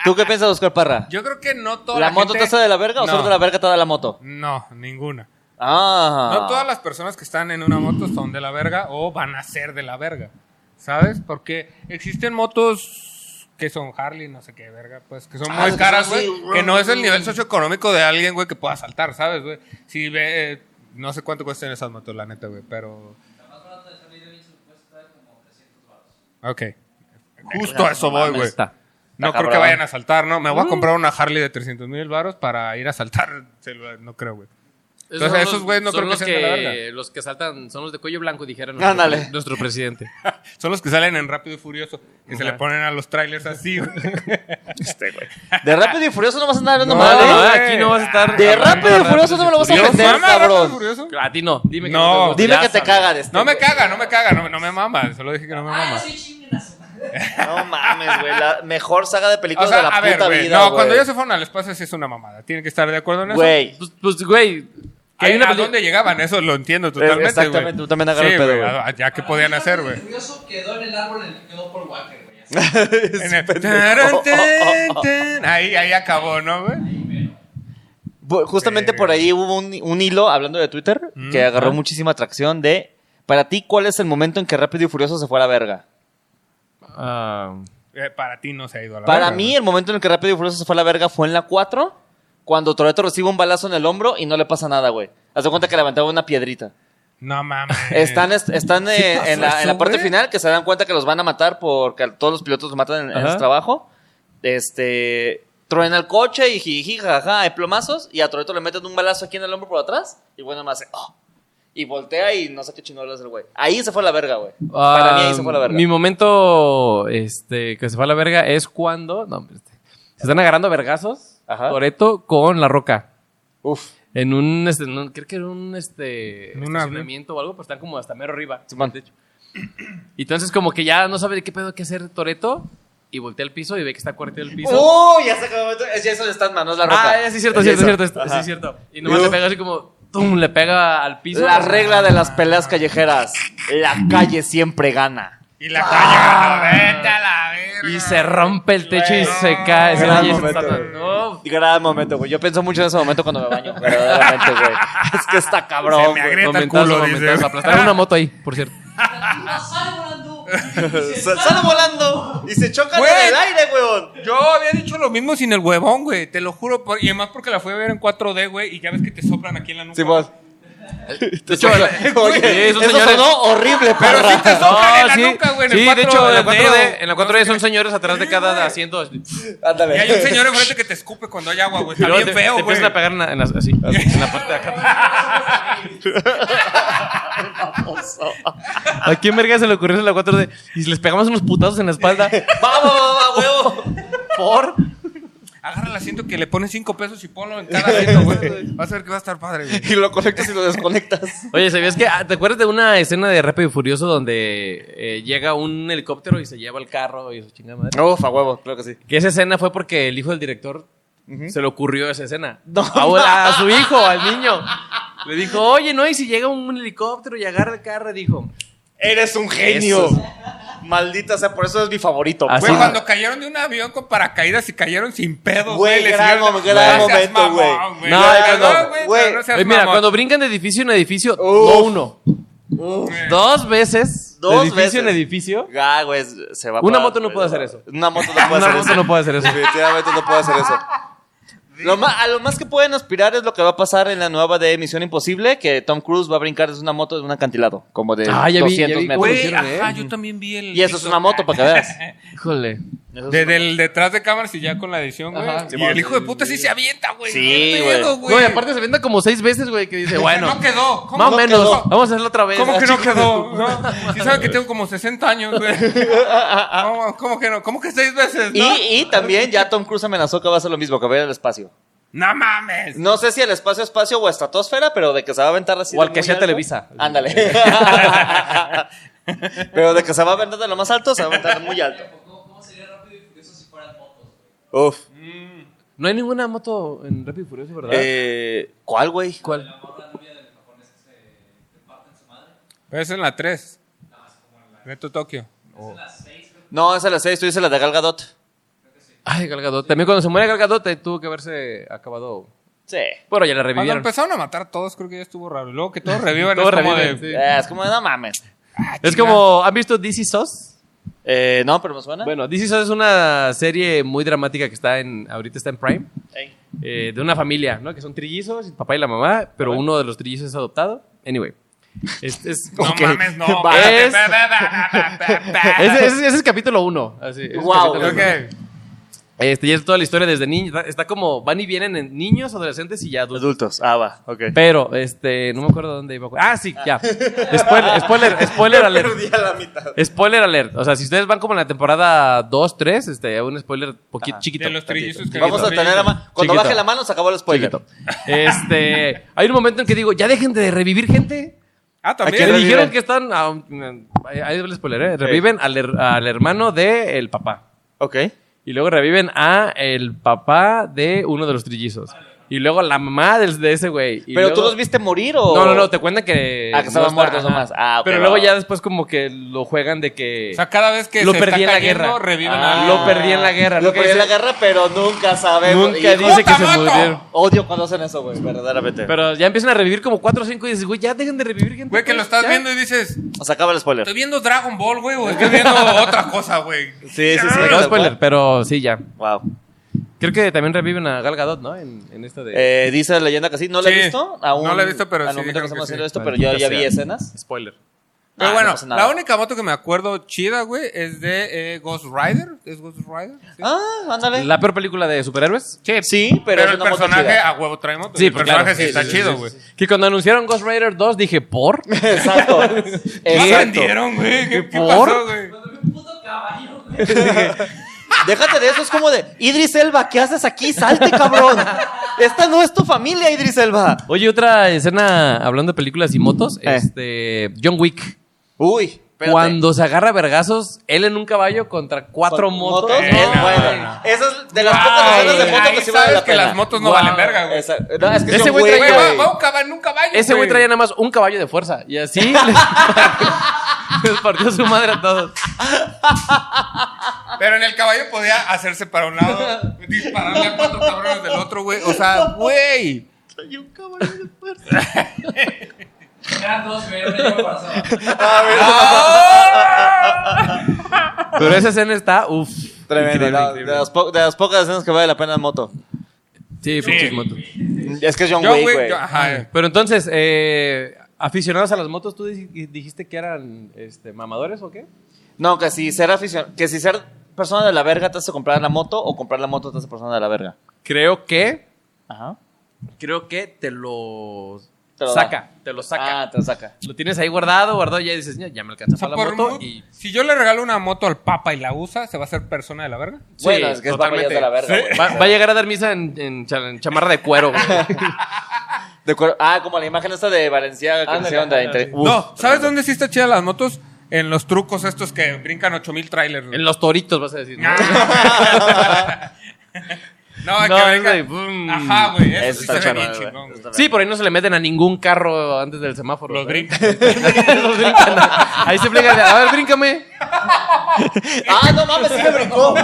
S2: ¿Tú qué piensas, Oscar Parra?
S1: Yo creo que no toda la,
S2: ¿La moto te
S1: gente-
S2: hace de la verga o
S1: No.
S2: solo de la verga te da la moto?
S1: No, ninguna.
S2: Ah.
S1: No todas las personas que están en una moto son de la verga o van a ser de la verga. ¿Sabes? Porque existen motos que son Harley, no sé qué verga, pues que son
S2: Ah,
S1: muy
S2: que
S1: caras,
S2: son
S1: güey.
S2: así,
S1: Que no es el nivel socioeconómico de alguien, güey, que pueda saltar, ¿sabes, güey? Si ve. eh, no sé cuánto cuestan esas motos, la neta, güey, pero.
S4: La más barata de Harley Davidson cuesta como 300 baros.
S1: Ok. Justo a eso voy, güey.
S3: Está.
S1: No
S2: Está
S1: creo que
S2: cabrón.
S1: vayan a [laughs] saltar, ¿no? Me voy a comprar una Harley de 300 mil baros para ir a saltar. No creo, güey. Entonces,
S3: son
S1: esos güeyes no
S3: son
S1: creo que
S3: los
S1: sean de la verga.
S3: Los que saltan son los de cuello blanco, dijeron nuestro-
S2: Ándale.
S3: nuestro presidente.
S1: Son los que salen en Rápido y Furioso, que se
S3: Ajá.
S1: le ponen a los trailers así,
S2: [laughs]
S1: güey.
S2: Este, güey. De Rápido y Furioso no vas a andar hablando
S3: No,
S2: mal, ¿eh?
S3: no,
S1: güey.
S3: aquí no vas a estar.
S2: De
S3: hablando
S2: Rápido y Furioso no me lo vas a
S1: ¿Yo
S2: ofender,
S1: mama Rápido y
S2: cabrón.
S1: Furioso?
S3: A ti no, dime que
S1: No.
S3: no. te gusta.
S2: Dime
S3: Ya
S2: que te
S3: sabes.
S2: caga de este.
S1: No me
S2: güey.
S1: caga, no me caga, no, no me mama. Solo dije que no me
S4: Ah,
S1: mama.
S4: sí, chinguen a su madre.
S2: No mames,
S1: [laughs]
S2: güey. La mejor saga de
S1: O
S2: películas
S1: sea,
S2: de la
S1: a ver,
S2: puta
S1: güey.
S2: vida.
S1: No,
S2: güey.
S1: cuando ellos se fueron al espacio sí es una mamada. Tienen que estar de acuerdo en eso. [laughs]
S2: Güey.
S3: Pues, pues, güey.
S1: ¿Qué-
S3: Hay una
S1: ¿A
S3: peli-
S1: dónde llegaban? Eso lo entiendo totalmente, güey.
S2: exactamente, tú también agarra
S1: Sí,
S2: el pedo,
S1: güey,
S2: güey.
S1: a- Ya que
S4: Para
S1: podían
S4: mí,
S1: hacer,
S4: Rápido y
S1: güey.
S4: Furioso quedó en el árbol en el que quedó por Walker, güey. así.
S1: En el- Taran, tan, tan. Ahí, ahí acabó, ¿no, güey?
S2: Bu- Justamente por ahí hubo un, un hilo hablando de Twitter
S1: Mm,
S2: que agarró muchísima atracción de. Para ti, ¿cuál es el momento en que Rápido y Furioso se fue a la verga?
S3: Ah,
S1: Eh, para ti no se ha ido a la
S2: Para
S1: verga,
S2: mí,
S1: güey.
S2: el momento en el que Rápido y Furioso se fue a la verga fue en la 4, cuando Toreto recibe un balazo en el hombro y no le pasa nada, güey. Haz de cuenta que levantaba una piedrita.
S1: No mames.
S2: Están, est-
S3: [laughs]
S2: están eh,
S1: pasó
S2: en, la, en la
S1: eso,
S2: parte
S1: güey?
S2: final que se dan cuenta que los van a matar porque a todos los pilotos los matan en, en
S3: Ajá.
S2: su trabajo. Este. Truena el coche y jiji, jajaja, hay plomazos. Y a Toreto le meten un balazo aquí en el hombro por atrás. Y bueno, más hace. "Oh", y voltea y no sé qué chingón le hace el güey. Ahí se fue a la verga, güey. Para mí ahí se fue a la
S3: ah,
S2: verga.
S3: Mi momento este, que se fue a la verga es cuando. No, hombre, este, se están agarrando a vergazos.
S2: Ajá.
S3: Toreto con la roca.
S2: Uf.
S3: En un, este, en un- creo que era un este,
S1: En un
S3: estacionamiento o algo, pero están como hasta mero arriba.
S2: Simón.
S3: De hecho. Y entonces como que ya no sabe de qué pedo qué hacer Toreto y voltea al piso y ve que está cuarto del piso.
S2: ¡Oh! Ya se acabó. Es Jason Statham, no es la roca.
S3: Ah, sí, cierto,
S2: Es
S3: cierto,
S2: Jason.
S3: cierto, esto-
S2: Ajá.
S3: sí, cierto. Y nomás le pega así como, ¡tum! Le pega al piso.
S2: La regla de las peleas callejeras. La calle siempre gana.
S1: Y la calle, no, vete a la verga.
S3: ¡Ah! Y se rompe el techo y
S1: Güey,
S3: se
S1: no,
S3: cae. Se
S2: gran
S3: oye,
S2: momento,
S3: está-
S2: güey.
S3: no.
S2: Gran momento, güey. Yo pienso mucho en ese momento cuando me baño. [laughs] Verdaderamente, güey. Es que está cabrón.
S1: Se me
S2: güey.
S1: agrega. Aprieta el
S3: Momentazo,
S1: culo,
S3: momentazo.
S1: dice.
S3: Aplastaron una moto ahí, por
S1: [laughs]
S3: cierto.
S4: Una sale volando. Se
S2: Sa- Sale volando y se chocan
S1: Güey.
S2: en el aire, weón.
S1: Yo había dicho lo mismo sin el huevón, güey. Te lo juro. por- Y además porque la fui a ver en 4D, güey. Y ya ves que te soplan aquí en la nuca.
S3: De hecho,
S2: [laughs] Oye,
S3: Sí,
S2: eso
S3: son señores.
S2: sonó horrible,
S1: Pero
S2: perra.
S1: sí te soplan en la nuca, güey. en el
S3: sí, de
S1: 4D,
S3: hecho, en la 4D,
S1: güey.
S3: en la 4D son señores atrás de cada asiento. así.
S2: Ándale.
S1: Y hay un señor enfrente que te escupe cuando hay agua, güey.
S3: Y
S1: Está
S3: luego
S1: bien
S3: te,
S1: feo,
S3: te
S1: güey.
S3: empiezan a pegar en la, en la-
S1: [laughs]
S3: así, en la parte de acá. ¿A quién verga se le ocurrió en la 4D? Y les pegamos unos putazos en la
S1: [laughs]
S3: espalda.
S2: Vamos, vamos, huevo. Por.
S1: Agarra el asiento que le pones 5 pesos y ponlo en cada asiento, güey. Vas a ver que va a estar padre, güey.
S2: Y lo conectas y lo desconectas.
S3: Oye, ¿sabías que ah, te acuerdas de una escena de Rápido y Furioso donde eh, llega un helicóptero y se lleva el carro y su chingada madre?
S2: Uf, a huevo, creo que sí.
S3: Que esa escena fue porque el hijo del director se le ocurrió esa escena.
S2: No.
S3: Ahora, a su hijo, al niño. Le dijo, oye, no, y si llega un, helicóptero y agarra el carro, dijo.
S2: Eres un genio. Maldita sea, por eso es mi favorito.
S3: Así
S1: Güey,
S2: perra.
S1: cuando cayeron de un avión con paracaídas y cayeron sin pedos,
S2: Güey,
S1: les
S2: gran
S1: dieron-
S2: mom- gran
S1: No seas
S2: momento,
S1: mamón,
S3: güey. No,
S1: Perdón,
S2: cuando-
S1: güey,
S2: güey.
S1: pero no seas
S3: Oye, mira,
S1: mamón.
S3: cuando brincan de edificio en edificio,
S2: Uf.
S3: no uno,
S1: Eh.
S3: dos veces,
S2: Dos
S3: de edificio en
S2: veces.
S3: edificio,
S2: Ah, güey, se va
S3: Una
S2: para-
S3: moto no puede hacer eso.
S2: Una moto no puede
S3: una
S2: hacer
S3: moto
S2: eso.
S3: no puede hacer eso.
S2: Definitivamente no puede hacer [laughs] eso. Lo ma- a lo más que pueden aspirar es lo que va a pasar en la nueva de Misión Imposible, que Tom Cruise va a brincar desde una moto de un acantilado, como de
S3: Ah, ya vi,
S2: 200
S3: ya vi,
S2: metros.
S1: Güey,
S3: hicieron, ¿eh?
S1: ajá, yo también vi el.
S2: Y eso es
S1: TikTok.
S2: una moto, para que [laughs] veas.
S3: Híjole.
S2: Eso es
S1: Desde
S2: una
S1: el detrás de cámaras y ya con la edición, güey.
S3: Ajá.
S1: y el hijo de puta sí se avienta, güey.
S2: Sí,
S1: Qué
S2: güey.
S1: pedo,
S3: No, y aparte se venda como seis veces, güey,
S1: [laughs]
S3: que dice, bueno,
S1: No quedó. ¿Cómo
S3: más o
S1: no
S3: menos,
S1: quedó?
S3: vamos a hacerlo otra vez.
S1: ¿Cómo que no
S3: Chicos. [laughs]
S1: quedó? ¿No? Sí saben que tengo como 60 años, güey. ¿Cómo, cómo que no? ¿Cómo que seis veces?
S2: Y,
S1: ¿no?
S2: y también ya Tom Cruise amenazó que va a hacer lo mismo, que va a ir al espacio.
S1: ¡No mames!
S2: No sé si al espacio, espacio o estratosfera, pero de que se va a aventar así.
S3: O al
S2: de
S3: que
S2: muy
S3: sea
S2: alto.
S3: Televisa.
S2: Ándale.
S3: [laughs]
S2: [laughs] pero de que se va a aventar de lo más alto, se va a aventar de muy alto.
S4: ¿Cómo cómo sería rápido y furioso si fueran motos? güey?
S2: Uf.
S3: No hay ninguna moto en Rápido y Furioso, ¿verdad?
S2: Eh, ¿Cuál, güey?
S3: ¿Cuál?
S4: La morra novia del japonés que se que parte en su madre.
S1: Pero es en la 3. Reto Tokio.
S4: Es en las seis, creo.
S2: No, esa es la 6, tú dices la de Gal Gadot.
S3: Ay, Galgadot. También cuando se muere Galgadot tuvo que haberse acabado.
S2: Sí.
S3: Pero ya
S1: Cuando
S3: la revivieron.
S1: empezaron a matar a todos, creo que ya estuvo raro. Y luego que todos revivan
S3: [laughs] Todos
S1: es como
S3: reviven,
S1: de... "Ah,
S3: sí.
S2: Eh, es como, no mames.
S3: Es como, ¿han visto DC SOS?
S2: Eh, no, pero me suena.
S3: Bueno, DC SOS es una serie muy dramática que está en, ahorita está en Prime,
S2: Ey.
S3: eh, de una familia, ¿no? Que son trillizos, el papá y la mamá, pero uno de los trillizos es adoptado. Anyway. Es, es,
S1: No
S2: Ok.
S1: mames, no.
S2: [laughs]
S3: [laughs]
S2: Va.
S1: espérate.
S3: Es-
S1: Ba, ba, ba, ba, ba, ba.
S3: ese, ese- ese es capítulo 1.
S2: Wow.
S1: Ok.
S3: Este, y es toda la historia desde niños. Está, está como van y vienen en niños, adolescentes y ya adultos.
S2: Adultos. Ah, va, ok.
S3: Pero, este, no me acuerdo dónde iba. Ah, sí, ya. Spoiler,
S2: [laughs]
S3: spoiler, spoiler [laughs] alert.
S2: Perdí a la mitad.
S3: Spoiler alert. O sea, si ustedes van como en la temporada 2, 3, este, un spoiler poquito
S2: Ajá.
S3: chiquito.
S1: De los trillizos que-
S2: Vamos a tener la mano. Cuando
S3: Chiquito.
S2: baje la mano se acabó el spoiler.
S3: Poquito. Este, hay un momento en que digo, ya dejen de revivir gente.
S1: Ah,
S2: ¿A
S3: Que
S2: quién
S1: también.
S2: reviven?
S3: dijeron que están. a un- ahí el spoiler, ¿eh? Reviven al, her- al hermano del papá.
S2: Ok.
S3: Y luego reviven a el papá de uno de los trillizos. Y luego la mamá del- de ese güey. Y
S2: ¿Pero
S3: luego-
S2: tú los viste morir o...?
S3: No, no, no, te cuentan que.
S2: Ah, que estaban muertos
S3: ajá.
S2: nomás. Ah, ok,
S3: Pero
S2: va,
S3: luego
S2: va.
S3: ya después, como que lo juegan de que.
S1: O sea, cada vez que
S3: Lo
S1: se
S3: perdí en
S1: está
S3: la
S1: cayendo,
S3: guerra.
S1: reviven
S3: Ah,
S1: al-
S3: lo perdí en la guerra.
S2: Lo
S3: Nunca
S2: perdí en la
S3: dice-
S2: guerra, pero nunca sabemos.
S3: Nunca
S2: Hijo,
S3: dice que se
S1: ¡Puta, vato!
S3: murieron.
S2: Odio cuando hacen eso, güey, verdaderamente.
S3: Pero ya empiezan a revivir como 4 o 5 y dices, güey, ya dejen de revivir gente. pues,
S1: Güey, que lo estás
S3: ya.
S1: viendo y dices,
S2: Se acaba el spoiler.
S1: ¿estoy viendo Dragon Ball, güey? ¿O estoy
S3: [laughs]
S1: viendo otra cosa, güey?
S2: Sí, sí, sí.
S3: Ah, No spoiler, pero sí, ya.
S2: Wow.
S3: Creo que también reviven a Gal Gadot, ¿no? En, en esta de.
S2: Eh, dice la leyenda que sí. No la he
S1: Sí,
S2: visto. Aún,
S1: no la he visto, pero
S2: al
S1: sí
S2: momento
S1: dijeron
S2: que estamos
S1: que
S2: haciendo
S1: sí.
S2: esto, pero yo ya
S3: Maldita
S2: vi
S3: sea.
S2: escenas.
S3: Spoiler.
S1: Pero
S2: Ah, no
S1: bueno,
S2: pasa nada.
S1: la única moto que me acuerdo chida, güey, es de eh, Ghost Rider. ¿Es Ghost Rider? Sí.
S2: Ah, ándale.
S3: ¿La peor película de superhéroes?
S2: Sí, pero, es
S1: el
S2: una moto
S1: personaje
S2: chida.
S1: a huevo trae moto.
S3: Sí,
S1: el
S3: pues,
S1: personaje
S3: claro.
S1: sí,
S3: Sí,
S1: está
S3: sí, sí,
S1: chido,
S3: sí,
S1: güey.
S3: Que cuando anunciaron Ghost Rider 2 dije, ¿por?
S2: [laughs] Exacto.
S1: ¿Qué
S2: Exacto.
S1: aprendieron, güey? ¿Qué, qué
S3: ¿Por?
S1: pasó, güey?
S4: Cuando vi un puto caballo, güey.
S2: Déjate de eso, es como de Idris Elba, ¿qué haces aquí? Salte, cabrón. Esta no es tu familia, Idris Elba.
S3: Oye, otra escena hablando de películas y motos.
S2: Eh.
S3: Este. John Wick.
S2: Uy, espérate.
S3: Cuando se agarra a vergazos, él en un caballo contra cuatro
S2: Con
S3: motos.
S2: motos,
S1: Eh,
S2: es
S1: no,
S2: buena.
S1: no, no.
S2: Esa es de las
S1: Ay,
S2: pocas escenas de moto
S1: ahí
S2: que sí vale
S1: sabes
S2: la
S1: que
S2: pena.
S1: las motos no
S3: Wow.
S1: valen verga, güey.
S2: Esa- no, es que
S3: Ese
S2: es un
S3: güey
S2: güey,
S1: Güey, va,
S2: güey.
S1: va un caballo, en un caballo,
S3: Ese güey traía nada más un caballo de fuerza. Y así [laughs] les partió, les partió su madre a todos.
S1: Pero en el caballo podía hacerse para un lado, [laughs] dispararle a cuatro cabrones del otro, güey. O sea, güey. [laughs]
S4: Eran dos, güey. Era una para
S3: Pero esa escena está, uff.
S2: Tremendo, no, de, las po- de las pocas escenas que vale la pena en moto.
S3: Sí, pinches motos.
S2: Es que es John
S1: Yo,
S2: Wick,
S1: güey,
S2: güey.
S1: yo- ajá.
S3: Pero entonces, eh, aficionados a las motos, ¿tú di- dijiste que eran este, mamadores o qué?
S2: No, que si ser aficion- que si ser persona de la verga te hace comprar la moto o comprar la moto te hace persona de la verga.
S3: Creo que.
S2: Ajá.
S3: Creo que te lo.
S2: Te lo
S3: saca, te lo saca.
S2: Ah, te saca.
S3: Lo tienes ahí guardado, guardado, ya dices, "Ya, ya me alcanza
S1: O sea,
S3: para la
S1: por
S3: moto.
S1: mu-
S3: Y
S1: Si yo le regalo una moto al papa y la usa, ¿se va a hacer persona de la verga?
S3: Sí,
S2: bueno, es que es
S3: totalmente.
S2: papayas de la verga.
S1: Sí.
S2: güey.
S3: va, va a llegar a dar misa en, en cha- en chamarra de cuero, güey.
S2: [laughs] De acuerdo. Ah, como la imagen esta de Valencia que
S3: Ándale,
S2: hicieron de
S3: ándale.
S2: inter- Uf,
S1: no, ¿sabes dónde sí está chida las motos? En los trucos estos que brincan 8000 trailers. güey.
S3: En los toritos, vas a decir. ¿no?
S1: Ah. no,
S3: No,
S1: que
S3: es
S1: venga.
S3: de boom.
S1: Ajá, güey. Eso,
S2: Eso
S1: sí se ve
S2: está chingón,
S1: bien
S2: güey.
S1: chingón,
S2: Eso
S1: güey.
S2: está
S3: Sí, por ahí no se le meten a ningún carro antes del semáforo.
S1: Los
S3: ¿sabes?
S2: [laughs]
S1: brincan.
S3: [laughs] Los brincan. Ahí se plega de, a ver, bríncame.
S2: Ah, no mames, sí me
S3: [laughs]
S2: brincó.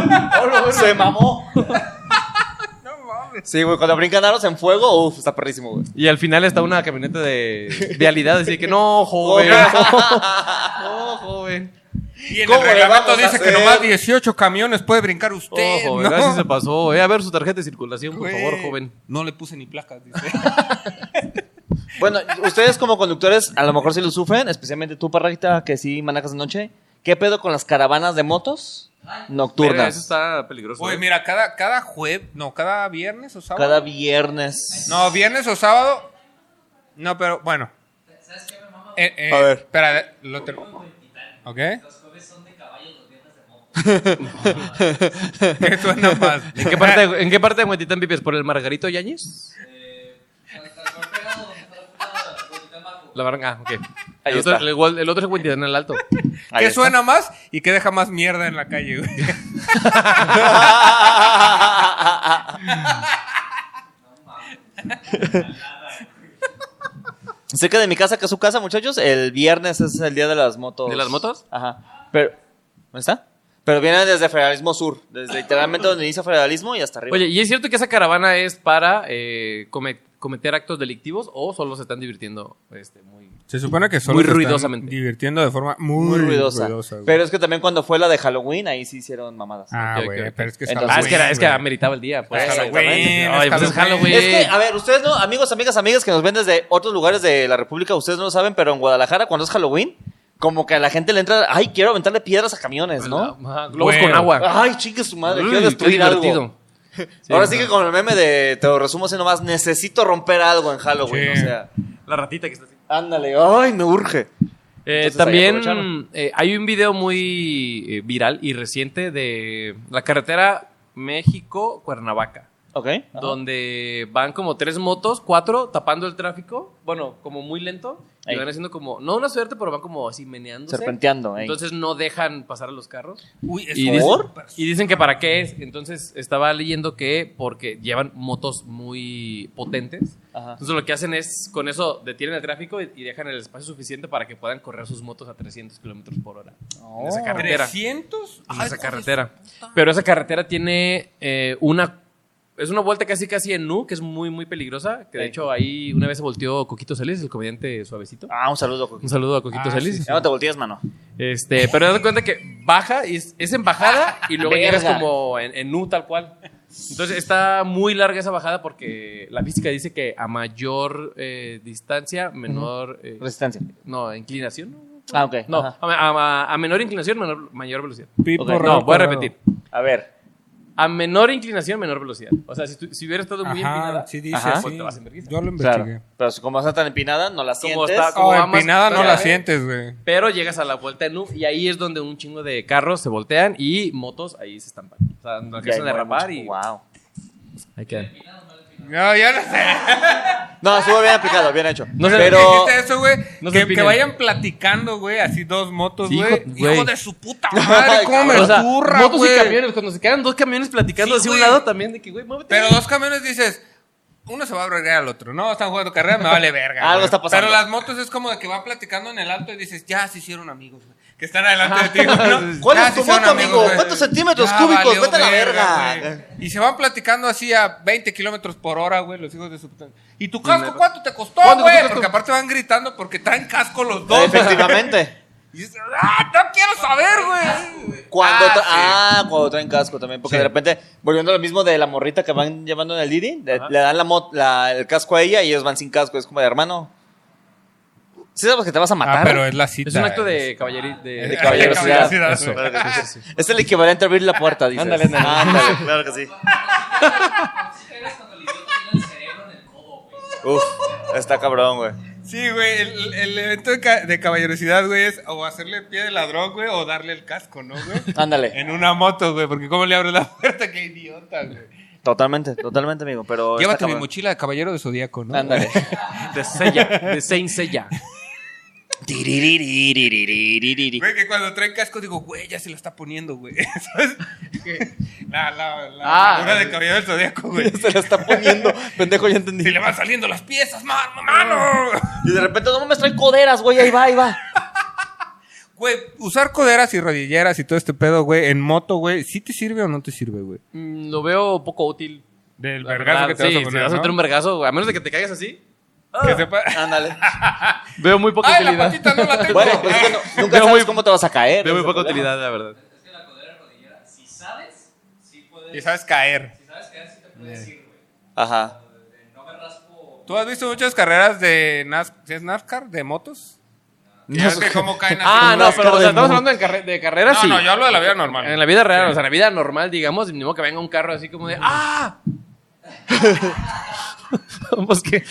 S2: Se mamó.
S1: No mames.
S2: Sí, güey, cuando brincan aros en fuego, uff, está perrísimo, güey.
S3: Y al final está una camioneta de vialidad, así que no, joven.
S2: [laughs]
S3: No, joven.
S1: Y en
S2: ¿Cómo
S1: el
S2: le
S1: reglamento
S2: vamos a
S1: dice que
S2: hacer?
S1: nomás 18 camiones puede brincar
S3: Oh,
S1: usted.
S3: joven,
S1: no,
S3: así se pasó. Eh, a ver su tarjeta de circulación, por
S1: Güey.
S3: favor, joven.
S1: No le puse ni placas, dice. [laughs]
S2: Bueno, ustedes como conductores, a lo mejor sí lo sufren, especialmente tú, parrajita, que sí manejas de noche. ¿Qué pedo con las caravanas de motos
S3: Verga, Eso
S2: nocturnas?
S3: está peligroso.
S1: Güey,
S3: eh.
S1: mira, cada, cada jueves, no, cada viernes o sábado.
S2: Cada viernes.
S1: No, viernes o sábado. No, pero bueno. Eh, eh,
S2: A ver.
S1: Espera, lo ter- ¿Ok? [laughs]
S4: Los jueves son de caballo, los viernes de moto.
S1: ¿Qué suena más?
S3: ¿En qué parte, de- ¿En qué parte de Huentitán vives? ¿Por el Margarito Yáñez?
S4: Eh, cuando está el golpe dado, donde está la puta- donde está el bajo.
S3: La barranca, ah, ok.
S2: Ahí
S3: el, otro,
S2: está.
S3: el gol- el otro es Huentitán en
S2: [laughs]
S3: el alto.
S2: Ahí
S1: ¿Qué
S2: está.
S1: suena más y qué deja más mierda en la calle, güey?
S2: [laughs] Cerca de mi casa, que es su casa, muchachos, el viernes es el día de las motos.
S3: ¿De las motos?
S2: Ajá. Pero, ¿dónde está? Pero viene desde Federalismo Sur, desde literalmente donde inicia Federalismo y hasta arriba.
S3: Oye, ¿y es cierto que esa caravana es para eh, come- cometer actos delictivos o solo se están divirtiendo este, muy...
S1: Se supone que
S3: solo Muy se están ruidosamente.
S1: divirtiendo de forma muy,
S2: muy ruidosa. pero es que también cuando fue la de Halloween, ahí sí hicieron mamadas.
S1: ah,
S3: Ok,
S1: güey,
S3: ok.
S1: pero es que es
S2: Entonces-
S3: Ah, es que, era- es que
S1: güey.
S3: ameritaba el día. Pues,
S2: Es
S3: Exactamente.
S1: Halloween,
S3: Ay,
S1: es
S3: pues es
S1: Halloween.
S3: Halloween.
S2: Es que, a ver, ustedes no, amigos, amigas, amigas que nos ven desde otros lugares de la República, ustedes no lo saben, pero en Guadalajara, cuando es Halloween, como que a la gente le entra, ay, quiero aventarle piedras a camiones, Pues ¿no?
S3: Ajá, globos
S1: Bueno.
S3: con agua.
S2: Ay, chingue su madre,
S3: Uy,
S2: quiero
S3: qué
S2: destruir algo.
S3: divertido.
S2: Ahora
S3: Sí,
S2: sí que con el meme de te lo resumo así nomás, necesito romper algo en Halloween,
S1: Sí.
S2: o sea,
S3: La ratita que está así.
S2: ándale, ay, me urge.
S3: Eh,
S2: Entonces, ahí
S3: también
S2: aprovecharon.
S3: eh, hay un video muy eh, viral y reciente de la carretera México-Cuernavaca,
S2: Ok. ajá.
S3: donde van como tres motos, cuatro, tapando el tráfico, bueno, como muy lento,
S2: Ey.
S3: y van haciendo como, no una suerte, pero van como así meneándose.
S2: Serpenteando, ey.
S3: Entonces no dejan pasar a los carros.
S1: Uy,
S3: Y
S1: eso-
S2: ¿Por?
S3: Y dicen que para qué es. Entonces estaba leyendo que porque llevan motos muy potentes.
S2: Ajá.
S3: Entonces lo que hacen es, con eso detienen el tráfico y, y dejan el espacio suficiente para que puedan correr sus motos a 300 kilómetros por hora. En esa carretera.
S1: ¿300?
S3: En esa carretera. Pero esa carretera tiene eh, una... Es una vuelta casi casi en nu, que es muy, muy peligrosa. Que de
S2: Sí.
S3: hecho ahí una vez se volteó Coquito Celis, el comediante suavecito.
S2: Ah, un saludo, Coqui.
S3: Un saludo a Coquito
S1: Ah,
S3: Celis.
S1: sí, sí.
S2: Ya no te voltees, mano.
S3: Este, pero date cuenta que baja, y es, es en bajada y luego
S2: Verga.
S3: llegas como en, en U tal cual. Entonces está muy larga esa bajada porque la física dice que a mayor eh, distancia, menor... eh,
S2: Resistencia.
S3: no, inclinación. ¿no?
S2: Ah, ok.
S3: No,
S2: ajá.
S3: a, a- a menor inclinación, menor- mayor velocidad.
S1: Pipo
S2: Ok.
S1: Raro
S3: No, voy a
S1: Corrado.
S3: repetir.
S2: A ver.
S3: A menor inclinación, menor velocidad. O sea, si, tú- si hubiera estado muy
S1: Ajá,
S3: inclinada,
S1: sí dice
S2: Ajá.
S1: así.
S3: Pues te vas en vergüenza.
S1: Yo lo
S2: Claro.
S1: investigué.
S2: Pero si como está tan empinada, no la
S3: Como
S2: sientes.
S3: está-
S1: Oh,
S3: Como
S1: empinada
S3: amas-
S1: no la
S3: Ya, eh.
S1: sientes, güey.
S3: pero llegas a la vuelta en U y ahí es donde un chingo de carros se voltean y motos ahí se estampan. O sea, no
S2: Ya,
S3: alcanzan a
S2: muere
S3: derrapar
S2: mucho.
S3: y...
S2: Wow.
S3: Ahí quedan.
S1: No, ya no sé.
S2: No, estuvo bien aplicado, bien hecho.
S3: No sé,
S1: ¿Qué
S2: pero...
S1: dijiste eso, güey?
S3: No se
S1: que, que
S3: opinen.
S1: vayan platicando, güey, así dos motos,
S3: Sí, hijo-
S1: güey.
S3: güey.
S1: Hijo de su puta
S3: [laughs]
S1: madre, cómo me
S3: O sea,
S1: zurra,
S3: motos y
S1: güey.
S3: camiones, cuando se quedan dos camiones platicando
S1: Sí,
S3: así a un
S1: güey.
S3: lado también, de que, güey, muévete.
S1: Pero dos camiones dices, uno se va a bregar al otro. No, están jugando carrera, me vale verga.
S2: Algo
S1: güey.
S2: está pasando.
S1: Pero las motos es como de que va platicando en el alto y dices, ya se hicieron amigos, güey. Que están adelante de ti, güey,
S2: [laughs]
S1: ¿no?
S2: ¿Cuál
S1: Ya
S2: es tu
S1: se hicieron amigos,
S2: moto, amigo?
S1: güey.
S2: ¿Cuántos centímetros
S1: Ya
S2: cúbicos?
S1: valió
S2: Vete a la verga.
S1: güey. Y se van platicando así a 20 kilómetros por hora, güey, los hijos de su puta- ¿Y tu casco cuánto te costó,
S3: ¿Cuánto te
S1: güey?
S3: costó?
S1: Porque aparte van gritando porque traen casco los dos.
S2: Efectivamente.
S1: Y dices, ¡ah! ¡No quiero saber, güey!
S2: Cuando
S1: Ah,
S2: tra-
S1: sí.
S2: ah, cuando traen casco también, porque
S1: Sí.
S2: de repente, volviendo a lo mismo de la morrita que van llevando en el Didi, le, le dan la mot- la- el casco a ella y ellos van sin casco, es como de hermano. ¿Sí sabes que te vas a matar?
S1: Ah, pero es la cita.
S3: es un acto
S1: es-
S3: de caballería. De,
S2: de
S1: caballerosidad.
S3: Eso.
S2: Eso. Es el equivalente a abrir la puerta, dices.
S3: Ándale, ándale.
S2: Ándale, claro que sí.
S4: Si cagas cuando el idiota tiene el cerebro en el codo, güey.
S2: Uf, está cabrón, güey.
S1: Sí, güey, el, el evento de, ca- de caballerosidad, güey, es o hacerle pie de ladrón, güey, o darle el casco, ¿no,
S3: [laughs]
S1: güey?
S2: Ándale.
S1: en una moto, güey, porque cómo le abres la puerta, [laughs] qué idiota, güey.
S2: Totalmente, totalmente, amigo,
S3: Oh,
S2: pero está
S1: Llévate mi
S2: cabrón.
S1: mochila de caballero de zodíaco, ¿no? [laughs]
S2: Ándale.
S3: De sella, de Saint Seiya.
S2: Tiriririririririri.
S1: Güey, que cuando traen casco digo, güey, ya se lo está poniendo, güey. [laughs] ¿Sabes? Que La, la, la
S3: Ah.
S1: armadura de caballero del zodíaco,
S3: [laughs]
S1: güey.
S2: [laughs] Se la está poniendo, pendejo, ya entendí.
S1: Si [laughs] le van saliendo las piezas, mano, mano.
S2: Y de repente, no me traen coderas, güey, ahí va, ahí va.
S1: [laughs] Güey, usar coderas y rodilleras y todo este pedo, güey, en moto, güey, ¿sí te sirve o no te sirve, güey?
S3: Mm, Lo veo poco útil.
S1: Del
S3: la
S1: vergazo
S3: verdad.
S1: que te vas
S3: Sí,
S1: a
S3: si
S1: poner,
S3: vas a
S1: ¿no?
S3: meter un vergazo, güey, a menos de que te caigas así.
S1: Que sepa-
S2: Ándale.
S3: Veo muy poca
S1: Ay, la
S3: utilidad.
S1: patita
S3: [laughs]
S1: no la tengo. Ah.
S2: Bueno, pues es que no- nunca
S3: Veo
S2: sabes
S3: muy-
S2: cómo te vas a caer.
S3: Veo muy
S2: ese
S3: poca
S2: problema.
S3: utilidad, la verdad.
S4: Es que la codera rodillera, si sabes, si puedes.
S1: Y sabes caer.
S4: Si sabes quedar, sí te puedes ir, güey.
S2: Ajá.
S4: Eh, No me raspo.
S1: ¿Tú has visto muchas carreras de NAS- ¿sí es NASCAR? ¿De motos? Y ya ves que cómo caen así.
S3: Ah, no,
S1: güey.
S3: pero o sea, estamos hablando de, carre- de carreras
S1: No,
S3: sí.
S1: no, yo hablo de la vida normal.
S3: En la vida real, o sea, en la vida normal, digamos, ni modo que venga un carro así como de [laughs] ¡Ah! pues [laughs] que.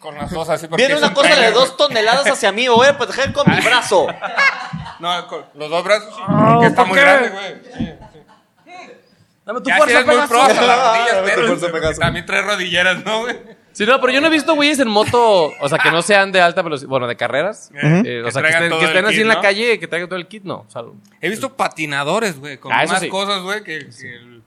S1: Con las dos así. porque
S2: Viene
S1: es
S2: una
S1: un
S2: cosa de
S1: trailer,
S2: dos toneladas hacia mí, me voy a proteger con
S1: Ah.
S2: mi brazo.
S1: güey. No, con los dos brazos. sí,
S3: Ah,
S1: porque está
S3: ¿por
S1: muy
S3: qué?
S1: grande, güey. Sí, sí.
S3: Dame tu
S1: Ya si
S3: fuerza,
S1: eres muy
S3: Pegaso.
S1: pro para
S3: [laughs]
S1: las rodillas,
S2: Tu fuerza,
S1: pero porque
S2: Pegaso.
S1: también trae rodilleras, ¿no, güey?
S3: Sí, no, pero yo no he visto güeyes en moto, o sea, que no sean de alta velocidad, bueno, de carreras.
S1: Ujú.
S3: Eh,
S1: Que
S3: o sea, que
S1: traigan
S3: estén,
S1: todo
S3: que estén
S1: el
S3: así
S1: kit,
S3: en la
S1: ¿no?
S3: calle, que traigan todo el kit, no. O sea,
S1: He visto patinadores, güey, con
S3: Ah, eso
S1: más
S3: sí.
S1: cosas, güey, que, que el...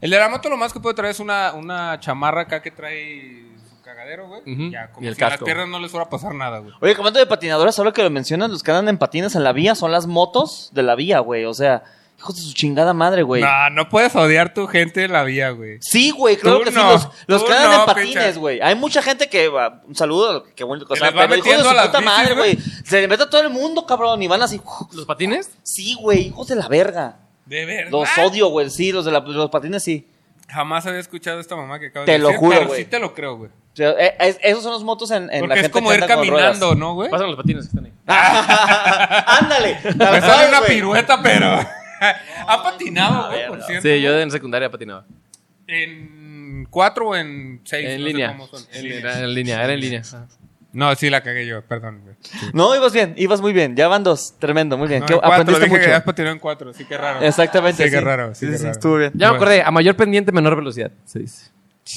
S1: El de la moto lo más que puede traer es una, una chamarra acá que trae su cagadero, güey.
S3: Ujú.
S1: Ya, como
S3: Y el
S1: si a las
S3: casco.
S1: piernas no les fuera a pasar nada, güey.
S2: Oye, comando de patinadoras, ahora que lo mencionas, los que andan en patines en la vía son las motos de la vía, güey. O sea, hijos de su chingada madre, güey.
S1: No, no puedes odiar tu gente en la vía, güey.
S2: Sí, güey, claro
S1: Tú
S2: que sí.
S1: no,
S2: Los, los
S1: tú
S2: que andan
S1: no,
S2: en
S1: pinche.
S2: patines, güey. Hay mucha gente que. va- Un saludo, qué bonito que
S1: Que
S2: sea,
S1: les va
S2: pero hijos de
S1: metiendo
S2: su
S1: a las
S2: puta
S1: bicis,
S2: madre,
S1: güey.
S2: güey. Se le mete a todo el mundo, cabrón, y van así.
S3: ¿Los patines?
S2: Sí, güey, hijos de la verga.
S1: De verdad.
S2: Los odio, güey. Sí, los de la- los patines sí.
S1: Jamás había escuchado esta mamá que acaba
S2: Te
S1: de
S2: lo
S1: decir.
S2: juro,
S1: pero
S2: güey.
S1: sí te lo creo, güey.
S2: Sí, eh, es- esos son los motos en, en la
S1: Porque
S2: gente
S1: es como
S2: que
S1: ir
S2: anda con
S1: caminando,
S2: ruedas.
S1: ¿no, güey?
S3: Pasan los patines que están ahí.
S2: [laughs] Ándale. la
S1: Me
S2: verdad,
S1: sale una
S2: güey.
S1: pirueta,
S2: [laughs]
S1: pero. ha patinado, güey, por
S2: verga.
S1: cierto.
S3: Sí, yo en secundaria patinaba.
S1: En cuatro o en seis. no
S3: En
S1: sé
S3: línea.
S1: cómo son.
S3: En línea, era en línea, era en línea. Ajá.
S1: No, sí la cagué yo, perdón, güey.
S2: No, ibas bien, ibas muy bien. Ya van dos. Tremendo, muy bien.
S1: No,
S2: Qué-
S1: en cuatro,
S2: aprendiste
S1: dije que
S2: mucho.
S1: has patinado en cuatro, sí que raro.
S2: Exactamente.
S1: Sí, qué raro, sí, qué raro.
S2: estuvo bien.
S3: Ya me
S1: Bueno.
S3: acordé, a mayor pendiente, menor velocidad, se dice.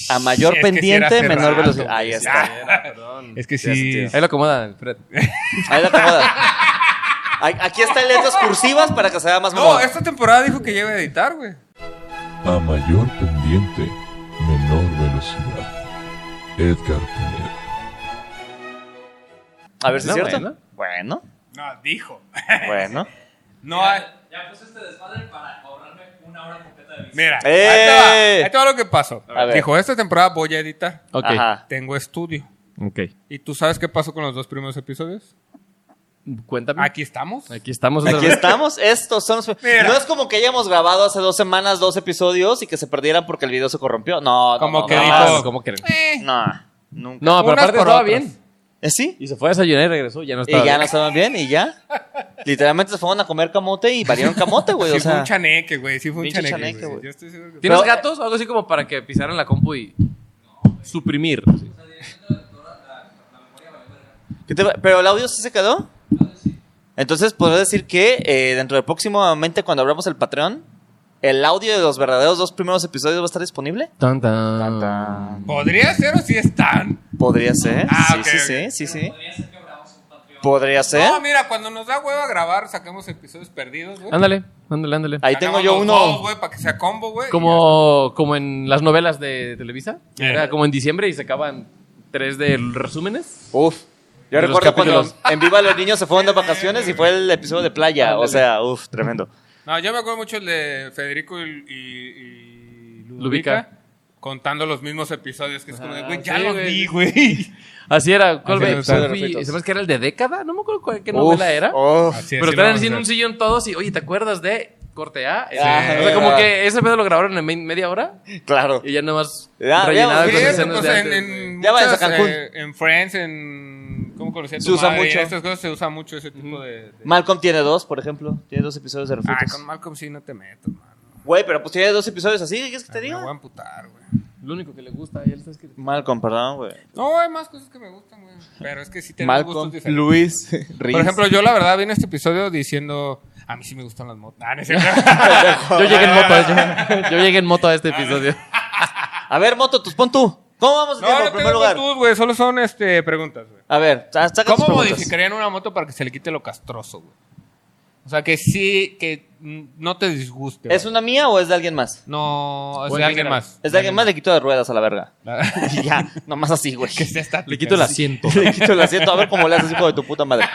S2: A
S1: Es que
S2: mayor
S1: sí era
S2: pendiente,
S1: hace
S2: menor
S1: rato,
S2: velocidad.
S1: güey,
S2: Ahí
S1: sí.
S2: está.
S3: perdón.
S1: Es que
S2: Ya
S1: sí.
S2: sentí.
S3: Ahí lo acomoda el Fred.
S2: Ahí la acomoda. A- Aquí están letras cursivas para que se vea más
S1: No,
S2: mamón.
S1: esta temporada dijo que ya iba a editar, güey.
S5: A mayor pendiente, menor velocidad. Edgar Pineda.
S2: A ver si es
S3: No,
S2: cierto.
S1: [laughs]
S2: Bueno,
S1: No, dijo.
S2: bueno.
S1: No hay.
S4: Ya puse este desmadre para ahorrarme una hora completa de bici.
S1: Mira,
S2: ¡Eh!
S1: ahí, te va, ahí te va lo que pasó.
S2: A ver.
S1: Dijo, esta temporada voy a editar.
S3: Ok.
S2: Ajá.
S1: Tengo estudio.
S3: Ok.
S1: ¿Y tú sabes qué pasó con los dos primeros episodios?
S3: Cuéntame. Aquí,
S1: Aquí estamos.
S3: estamos. otra
S2: Aquí
S3: vez.
S2: estamos, estos son los...
S1: Mira.
S2: No es como que hayamos grabado hace dos semanas dos episodios y que se perdieran porque el video se corrompió. No, no,
S1: Como
S2: no,
S1: que
S2: no,
S1: dijo-
S3: Ah, ¿Cómo creen?
S1: Eh,
S2: No, nunca.
S3: No, pero
S1: Unas
S3: aparte
S1: por
S3: estaba
S1: otras.
S3: bien.
S2: ¿Eh, ¿Sí?
S3: Y se fue a desayunar y regresó. Ya no
S2: Y
S3: estaba.
S2: ya no
S3: bien.
S2: estaban bien, y ya. Literalmente se fueron a comer camote y valieron camote, güey.
S1: sí
S2: o
S1: fue un
S2: sea,
S1: chaneque, güey. Sí fue un
S2: pinche
S1: chaneque,
S2: chaneque,
S1: güey.
S2: güey.
S1: Yo estoy seguro que...
S3: ¿Tienes
S2: Pero-
S3: gatos? Algo así como para que pisaran la compu y suprimir.
S2: ¿qué te va- ¿Pero el audio sí se quedó? Entonces, podría decir que eh, dentro de próximamente, cuando abramos el Patreon, el audio de los verdaderos dos primeros episodios va a estar disponible.
S3: Tan, tan.
S1: ¿Podría ser o si están?
S2: Podría ser.
S1: Ah,
S2: sí,
S1: ok,
S2: sí,
S1: ok.
S2: sí, sí, sí.
S4: Podría ser que abramos un Patreon.
S2: Podría ser.
S1: No, mira, cuando nos da hueva grabar, sacamos episodios perdidos, güey.
S3: Ándale, ándale, ándale.
S2: Ahí tengo
S1: Sacamos
S2: yo
S1: los
S2: uno.
S1: dos, güey, para que sea combo, güey.
S3: Como, como en las novelas de Televisa. que
S1: Eh.
S3: Era como en diciembre y sacaban tres de resúmenes.
S2: Uf. Yo
S3: De los
S2: recuerdo cuando
S3: capítulos.
S2: en Viva los Niños se fueron de vacaciones y fue el episodio de playa. O sea, uf, tremendo.
S1: No, yo me acuerdo mucho el de Federico y, y, y
S3: Ludovica.
S1: Ludovica contando los mismos episodios, que es como de, güey,
S3: Ah,
S1: ya
S3: sí,
S1: los
S3: güey.
S1: vi, güey.
S3: Así era. ¿Cuál
S1: Así
S3: ve-
S1: era, estaba
S2: de
S3: fui-
S2: refritos.
S3: ¿Se me hace que era el de década? No me acuerdo cuál, qué
S2: Uf,
S3: novela era.
S1: Así
S2: uf.
S3: pero
S1: así lo
S3: están
S1: vamos a
S3: haciendo un
S1: hacer.
S3: sillón todos y, oye, ¿te acuerdas de corte A? Ese-
S2: Ah,
S3: o sea, como
S2: verdad.
S3: que ese pedo lo grabaron en me- media hora
S2: Claro.
S3: y ya nomás
S2: Ya,
S3: rellenaba
S2: ya,
S3: con
S1: Sí,
S2: sí,
S1: eso,
S3: escenas
S1: pues, en,
S3: de antes,
S1: en
S2: Ya vayas a
S1: muchas,
S2: Cancún.
S1: eh, en Friends, en... ¿Cómo conocía tu
S2: Se usa
S1: madre?
S2: mucho.
S1: Estas cosas se usa mucho ese tipo de... de-
S2: Malcolm tiene dos, por ejemplo. Tiene dos episodios de
S1: Ah,
S2: refritos.
S1: con Malcolm sí no te meto, mano.
S2: Güey, pero pues tiene dos episodios así, ¿qué quieres que te
S1: Me voy a
S2: diga?
S1: amputar, güey.
S3: güey. Lo único que le gusta, ya le estás escrito.
S2: Malcolm, perdón, güey.
S1: No, hay más cosas que me gustan, güey. Pero es que sí tenemos
S2: Malcolm,
S1: gustos diferentes.
S2: Luis, Riz.
S1: Por ejemplo, yo la verdad vi en este episodio diciendo, a mí sí me gustan las motos. Ah, no es
S2: [laughs]
S1: cierto.
S3: Yo llegué en moto, yo, yo llegué en moto a este episodio.
S2: A ver, Moto, tus pon tú. ¿Cómo vamos de
S1: no,
S2: tiempo,
S1: no
S2: en primer
S1: tengo
S2: lugar?
S1: virtud, güey. Solo son este, preguntas, güey.
S2: A ver, sa- saca tus
S1: ¿Cómo
S2: preguntas.
S1: modificarían una moto para que se le quite lo castroso, güey? O sea, que sí, que mm, no te disguste.
S2: ¿Es
S1: güey.
S2: una mía o es de alguien más?
S1: No, es
S3: Bueno,
S1: de alguien
S3: mira,
S1: más.
S2: Es de alguien más, le quito de ruedas a la verga.
S1: [laughs] La-
S2: Y ya, nomás así, güey.
S1: que sea estática.
S3: Le quito el asiento.
S2: [laughs] Le quito el asiento, a ver cómo le haces, hijo de tu
S1: [laughs]
S2: puta madre.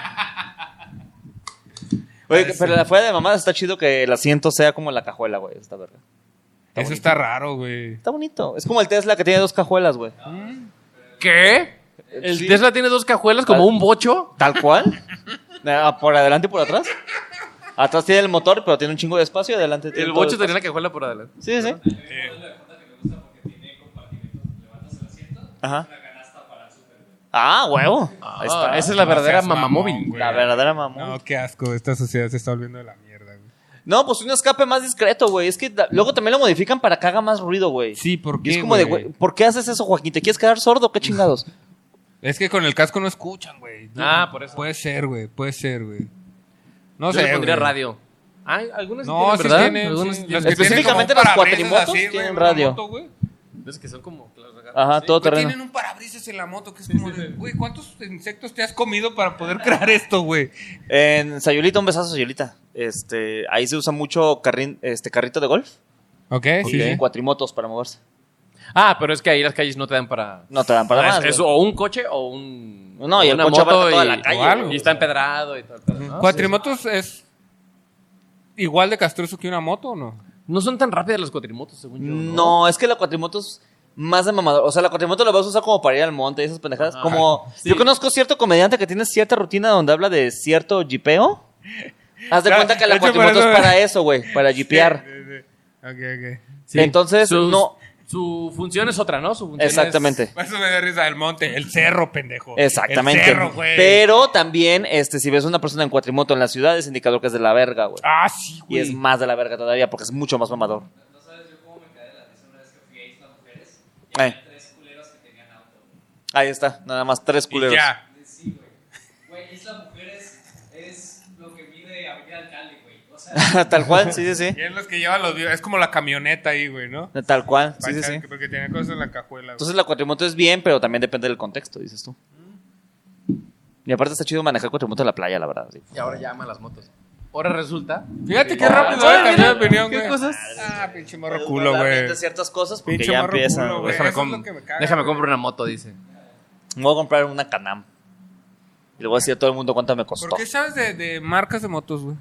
S2: Oye, pero la fuera de mamada está chido que el asiento sea como la cajuela, güey. Está verga.
S1: Eso está raro, güey.
S2: Está bonito. Es como el Tesla que tiene dos cajuelas, güey.
S3: ¿Qué? El
S2: Sí. Ah.
S3: Tesla tiene dos cajuelas como un bocho.
S2: Tal cual. Ah, Por adelante y por atrás. Atrás tiene el motor, pero tiene un chingo de espacio. y Adelante tiene
S3: El
S2: todo
S3: bocho tenía
S2: espacio.
S3: la cajuela por adelante.
S2: Sí, sí. sí. Ajá. Ah, huevo.
S3: Ah, esa es la verdadera
S1: seas mamón,
S3: mamamóvil.
S1: güey.
S2: La verdadera mamón.
S1: No, qué asco. Esta sociedad se está volviendo de la mierda, güey.
S2: No, pues un escape más discreto, güey. Es que da- luego también lo modifican para que haga más ruido, güey.
S1: Sí, ¿por
S2: Y es
S1: qué,
S2: como de,
S1: güey?
S2: güey, ¿por qué haces eso, Joaquín? ¿Te quieres quedar sordo? ¿Qué chingados?
S1: [laughs] Es que con el casco no escuchan, güey.
S3: Ah, por eso.
S1: Puede ser, güey. Puede ser, güey. No
S3: Yo
S1: sé.
S3: le pondría
S1: güey.
S3: radio. Ah, algunas sí
S1: No,
S3: tienen,
S1: sí
S3: ¿verdad?
S1: tienen,
S3: Algunas
S1: sí.
S3: tienen.
S1: Los que
S2: Específicamente
S1: tienen como
S2: las
S1: un parabrisas
S2: cuatrimotos
S1: así, güey,
S2: tienen
S1: una
S2: radio.
S1: moto, güey.
S3: Es que son como... que las agarran.
S2: Ajá, todo
S1: Güey,
S2: terreno.
S1: tienen un parabrisas en la moto que es como de, güey, ¿cuántos insectos te has comido para poder crear esto, güey?
S2: En Sayulita, un besazo, Sayulita. Este, ahí se usa mucho carrin- este, carrito de golf.
S1: Ok,
S2: Y
S1: sí,
S2: tienen
S1: sí.
S2: cuatrimotos para moverse.
S3: Ah, pero es que ahí las calles no te dan para...
S2: No te dan para
S3: Ah,
S2: más.
S3: es- es
S2: güey.
S3: o un coche o un...
S2: No, y el
S3: una
S2: coche
S3: moto
S2: abarca toda
S3: y-
S2: la calle,
S3: o algo,
S1: güey.
S3: Y está empedrado y todo. el pedo, ¿no?
S1: ¿Cuatrimotos es igual de castroso que una moto o no?
S3: No son tan rápidas las cuatrimotos, según yo. No.
S2: No, es que la cuatrimoto es más de mamador. O sea, la cuatrimoto la vas a usar como para ir al monte y esas pendejadas.
S3: Ajá.
S2: como
S3: Sí.
S2: yo conozco cierto comediante que tiene cierta rutina donde habla de cierto jipeo. Haz de
S1: Ya,
S2: cuenta que
S1: de
S2: la
S1: hecho, por
S2: cuatrimoto es
S1: eso-
S2: para eso, güey, para jipear.
S1: Ok, ok.
S3: Sí.
S2: Entonces,
S3: Sus-
S2: no.
S3: Su función es otra, ¿no? Su función es-
S2: Exactamente.
S1: Eso me da risa, el monte, el cerro, pendejo.
S2: Exactamente.
S1: El cerro, güey.
S2: Pero también, este, si ves una persona en cuatrimoto en la ciudad, es indicador que es de la verga, güey.
S1: Ah, sí,
S2: Y
S1: güey.
S2: es más de la verga todavía porque es mucho más mamador.
S4: No sabes yo cómo me caí de la risa una vez que fui a Isla Mujeres y
S2: Eh.
S4: había tres culeros que tenían auto.
S2: Ahí está, nada más tres
S1: Y
S2: culeros.
S1: ya.
S4: Sí, güey. Güey, Isla Mujeres es lo que mide Avenida Alcalde, güey. O
S2: [laughs]
S4: sea,
S2: Tal cual, sí, sí,
S1: [laughs] Y es los que llevan los videos. Es como la camioneta ahí, güey, ¿no?
S2: sí. Tal cual, sí, sí,
S1: Para
S2: sí.
S1: echar- Porque tenía cosas en la cajuela. güey.
S2: Entonces la cuatrimoto es bien, pero también depende del contexto, dices tú.
S1: Mm.
S2: Y aparte está chido manejar cuatrimoto en la playa, la verdad. sí.
S3: Y ahora ya ama las motos. Ahora resulta.
S1: Fíjate qué rápido
S3: Ahora
S1: eh, cambió de
S3: mira,
S1: opinión,
S3: ¿Qué
S1: güey.
S3: cosas?
S1: Ah, pinche morro
S2: Puedes
S1: culo,
S2: hablar bien
S1: güey.
S2: de ciertas cosas porque
S1: Pinche
S2: ya
S1: morro
S2: empiezan.
S1: culo, güey.
S2: güey.
S3: Déjame,
S1: Eso es
S3: com-
S1: lo que me caga,
S3: déjame
S1: güey.
S3: compro una moto, dice.
S2: Me voy a comprar una Canam. Y le voy a decir a todo el mundo cuánto me costó.
S1: ¿Por qué sabes de, de marcas de motos, güey?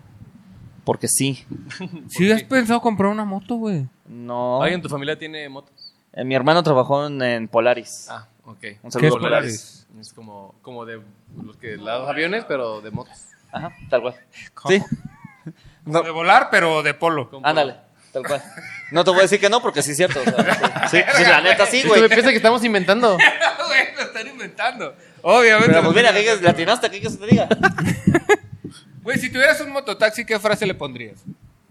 S2: Porque sí.
S1: Si has pensado comprar una moto, güey.
S2: No.
S3: ¿Alguien en tu familia tiene motos?
S2: Eh, Mi hermano trabajó en, en Polaris.
S3: Ah, ok.
S2: Un
S1: ¿Qué es
S2: saludo a Polaris.
S1: Polaris?
S3: Es como, como de los que los aviones, pero de motos.
S2: Ajá, tal cual.
S1: ¿Cómo?
S2: Sí. No.
S1: De volar, pero de polo.
S3: Con-
S2: Ándale, tal cual. No te voy a decir que no, porque sí es cierto. o sea, sí, sí, la neta sí,
S3: Sí,
S2: güey.
S3: güey, piensa que estamos
S2: [laughs]
S3: inventando.
S1: [laughs] Güey, lo están inventando. Obviamente.
S2: Pero
S1: lo
S2: pues mira,
S1: están
S2: ¿qué
S1: inventando.
S2: latinaste? ¿Qué quieres que te diga?
S1: Güey, si tuvieras un mototaxi, ¿qué frase le pondrías?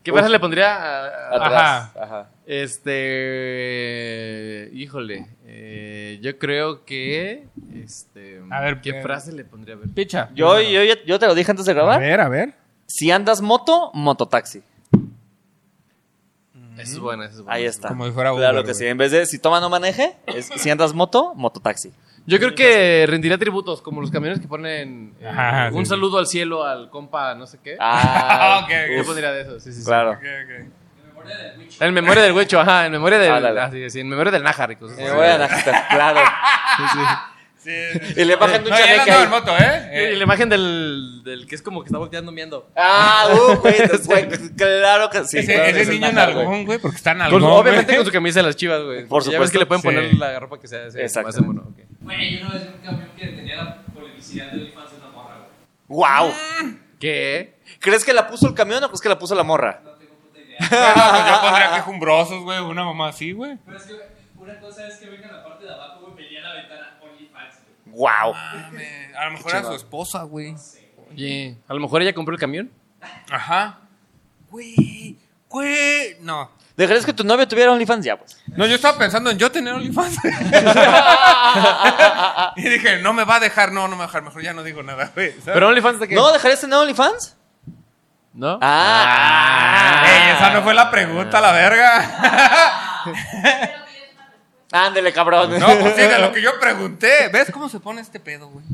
S3: ¿Qué pasa? Le pondría a- a-
S2: Atrás. Ajá.
S3: Este. Híjole. eh, yo creo que. Este.
S1: A ver,
S3: ¿Qué
S1: eh,
S3: frase le pondría a ver?
S1: Picha.
S2: Yo, yo, yo, yo te lo dije antes de
S1: A
S2: grabar.
S1: ver, a ver.
S2: Si andas moto, mototaxi.
S3: Eso es bueno, eso es bueno.
S2: Ahí está.
S1: Como si fuera Uber,
S2: Claro que
S1: güey.
S2: sí. En vez de si toma no maneje, es si andas moto, mototaxi.
S3: Yo creo que rendiría tributos, como los camiones que ponen. eh,
S1: Ajá,
S3: un
S1: sí.
S3: saludo al cielo, al compa, no sé qué.
S2: Ah,
S1: [laughs] Ok, pues,
S3: Yo
S1: uf.
S3: pondría de eso, sí, sí. sí.
S2: claro.
S3: En memoria del huecho, ajá, en memoria del.
S2: Ah, dale.
S3: ah, sí, sí, en memoria del nájar y cosas
S2: Me
S1: pues,
S3: así.
S2: voy a Najita, Eh, [laughs] claro. Y le bajan de un
S1: No, ya
S2: chaneque
S1: andaba en
S2: ahí.
S1: moto, ¿eh?
S3: Y- y
S1: Eh,
S3: la imagen del, del que es como que está volteando miando.
S1: [laughs]
S2: Ah, uh, güey, güey, claro que sí.
S1: ese
S2: claro
S1: ese
S2: que es
S1: niño
S2: Najat, güey.
S1: nalgón, güey, porque está nalgón.
S3: Con- obviamente
S1: güey.
S3: con su camisa de las chivas, güey.
S2: Por
S3: Porque Ya ves que
S2: supuesto.
S3: le pueden poner
S1: Sí.
S3: la ropa que sea ese, más
S2: Exactamente.
S3: de mono. ok.
S4: güey, yo una vez vi un camión que tenía la publicidad de OnlyFans en la morra, güey.
S2: Wow.
S3: ¿Qué?
S2: ¿Crees que la puso el camión o crees que la puso la morra?
S4: No tengo puta idea.
S1: Bueno, pues [laughs] yo pondría quejumbrosos, güey, una mamá así, güey.
S4: Pero es que una cosa es que venga la parte de abajo, güey, venía la ventana OnlyFans, güey.
S2: Wow.
S1: Ah. A lo mejor era su esposa, güey.
S3: Oye, a lo mejor ella compró el camión.
S1: Ajá. Güey, güey. No.
S2: ¿Dejarías que tu novio tuviera OnlyFans? Ya, pues.
S1: No, yo estaba pensando en yo tener OnlyFans. [laughs] y dije, no me va a dejar, no, no me va a dejar. Mejor ya no digo nada, güey. ¿sabes?
S3: Pero OnlyFans de qué?
S2: ¿No dejarías tener OnlyFans?
S3: ¿No?
S2: Ah.
S1: Ey, esa no fue la pregunta, la verga.
S2: Ándele, cabrón.
S1: No, pues sí, de lo que yo pregunté. ¿Ves cómo se pone este pedo, güey?